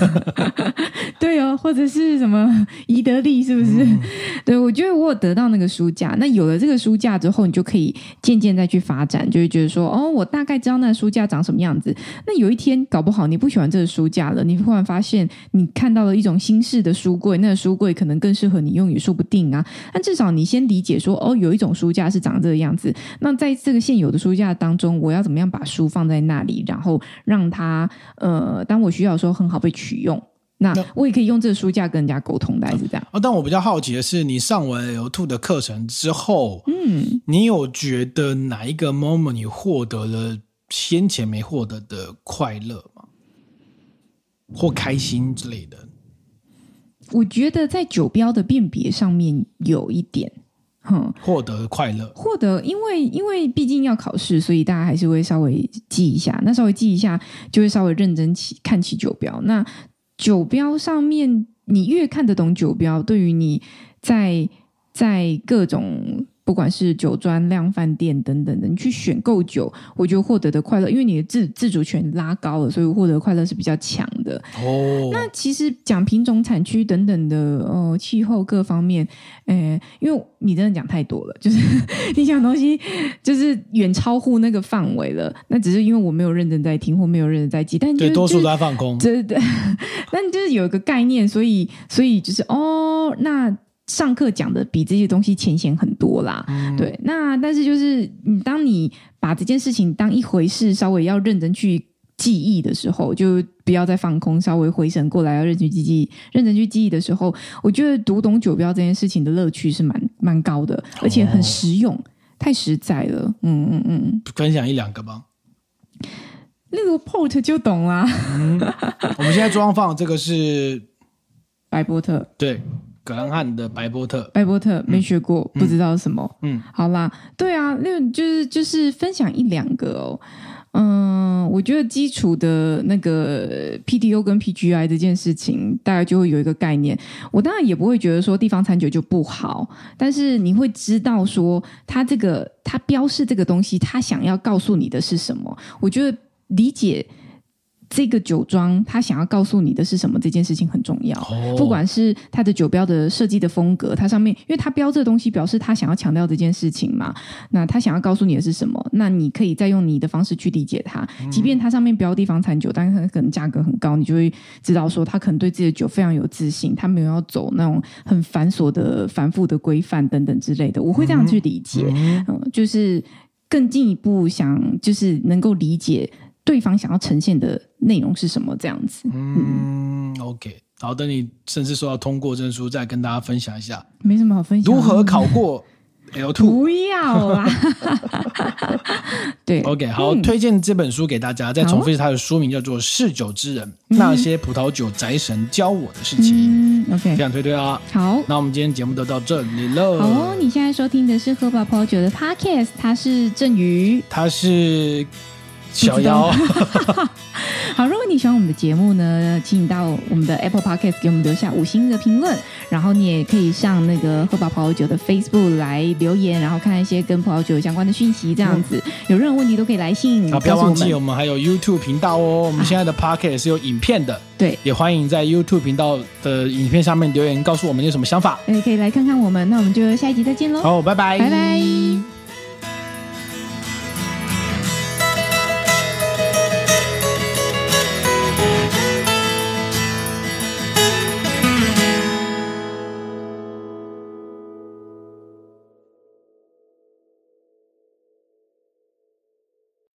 S1: 对哦，或者是什么宜得利，是不是？ 对，我觉得我有得到那个书架。那有了这个书架之后，你就可以渐渐再去发展，就会觉得说，哦，我大概知道那个书架长什么样子。那有一天，搞不好你不喜欢这个书架了，你忽然发现你看到了一种新式的书柜，那个书柜可能更适合你用，也说不定啊。但至少你先理解说，哦，有一种书架是长这个样子。那在这个现有的书架当中，我要怎么样把书放在那里，然后让它呃，当我需要的时候很好被取用。那
S2: 那
S1: 我也可以用这个书架跟人家沟通的，还是这样？
S2: 哦，但我比较好奇的是，你上完 L two 的课程之后，
S1: 嗯，
S2: 你有觉得哪一个 moment 你获得了先前没获得的快乐吗？或开心之类的？
S1: 我觉得在酒标的辨别上面有一点，哼，
S2: 获得快乐？
S1: 获得，因为因为毕竟要考试，所以大家还是会稍微记一下。那稍微记一下，就会稍微认真起看起酒标。那酒标上面，你越看得懂酒标，对于你在在各种不管是酒庄、量贩店等等的，你去选购酒，我觉得获得的快乐，因为你的自自主权拉高了，所以获得的快乐是比较强的。
S2: 哦，
S1: 那其实讲品种、产区等等的，呃，气候各方面，呃，因为你真的讲太多了，就是 你讲的东西就是远超乎那个范围了。那只是因为我没有认真在听或没有认真在记，但就
S2: 对，
S1: 是
S2: 多数
S1: 就是
S2: 都在放空。
S1: 对 对，对但就是有一个概念，所以所以就是哦，那上课讲的比这些东西浅显很多啦。对，那但是就是你当你把这件事情当一回事，稍微要认真去记忆的时候，就不要再放空，稍微回神过来，要认真去记忆，认真去记忆的时候，我觉得读懂酒标这件事情的乐趣是蛮蛮高的，而且很实用。太实在了，嗯嗯嗯，
S2: 分享一两个吧。
S1: 例如 port 就懂啦，
S2: 我们现在桌上放的这个是
S1: 白波 特，
S2: 对葛兰汉的白波特，
S1: 白伯特没学过，不知道是什么。
S2: 嗯，
S1: 好啦，对啊，那就是就是分享一两个哦。嗯，我觉得基础的那个 PDO 跟 PGI 这件事情，大概就会有一个概念。我当然也不会觉得说地方餐酒就不好，但是你会知道说它这个它标示这个东西，它想要告诉你的是什么。我觉得理解这个酒庄它想要告诉你的是什么这件事情很重要。
S2: 哦
S1: 不管是它的酒标的设计的风格，它上面因为它标这个东西，表示它想要强调这件事情嘛。那他想要告诉你的是什么？那你可以再用你的方式去理解它。即便它上面标地方产酒，但是它可能价格很高，你就会知道说他可能对自己的酒非常有自信，他没有要走那种很繁琐的、繁复的规范等等之类的。我会这样去理解，嗯、就是更进一步想，就是能够理解对方想要呈现的内容是什么这样子。
S2: 嗯，OK。好，等你甚至收到通过证书，再跟大家分享一下
S1: 没什么好分享的，
S2: 如何考过 L two。
S1: 不要啦。对
S2: OK，好，嗯推荐这本书给大家。再重复一次，它的书名叫做《嗜酒之人：那些葡萄酒宅神教我的事情》，
S1: 嗯
S2: 非
S1: ，OK，
S2: 常推推啊。
S1: 好。
S2: 那我呃们今天节目就到这里喽。
S1: 好哦，你现在收听的是喝饱泡酒的 Podcast，他是郑 宇。
S2: 他是小
S1: 不知
S2: 妖
S1: 道， 好，如果你喜欢我们的节目呢，请你到我们的 Apple Podcast 给我们留下五星的评论，然后你也可以上那个喝饱泡酒的 Facebook 来留言，然后看一些跟葡萄酒相关的讯息，这样子、有任何问题都可以来信
S2: 嗯啊，
S1: 告
S2: 不要
S1: 诉
S2: 忘
S1: 我
S2: 记
S1: 们。
S2: 我们还有 YouTube 频道 哦。我们现在的 Pocket 是有影片的，
S1: 对，
S2: 也欢迎在 YouTube 频道的影片上
S1: 哎
S2: 面留言，告诉我们有什么想法。
S1: 呃，可以来看看我们。那我们就下一集再见喽，
S2: 好，拜拜，
S1: 拜拜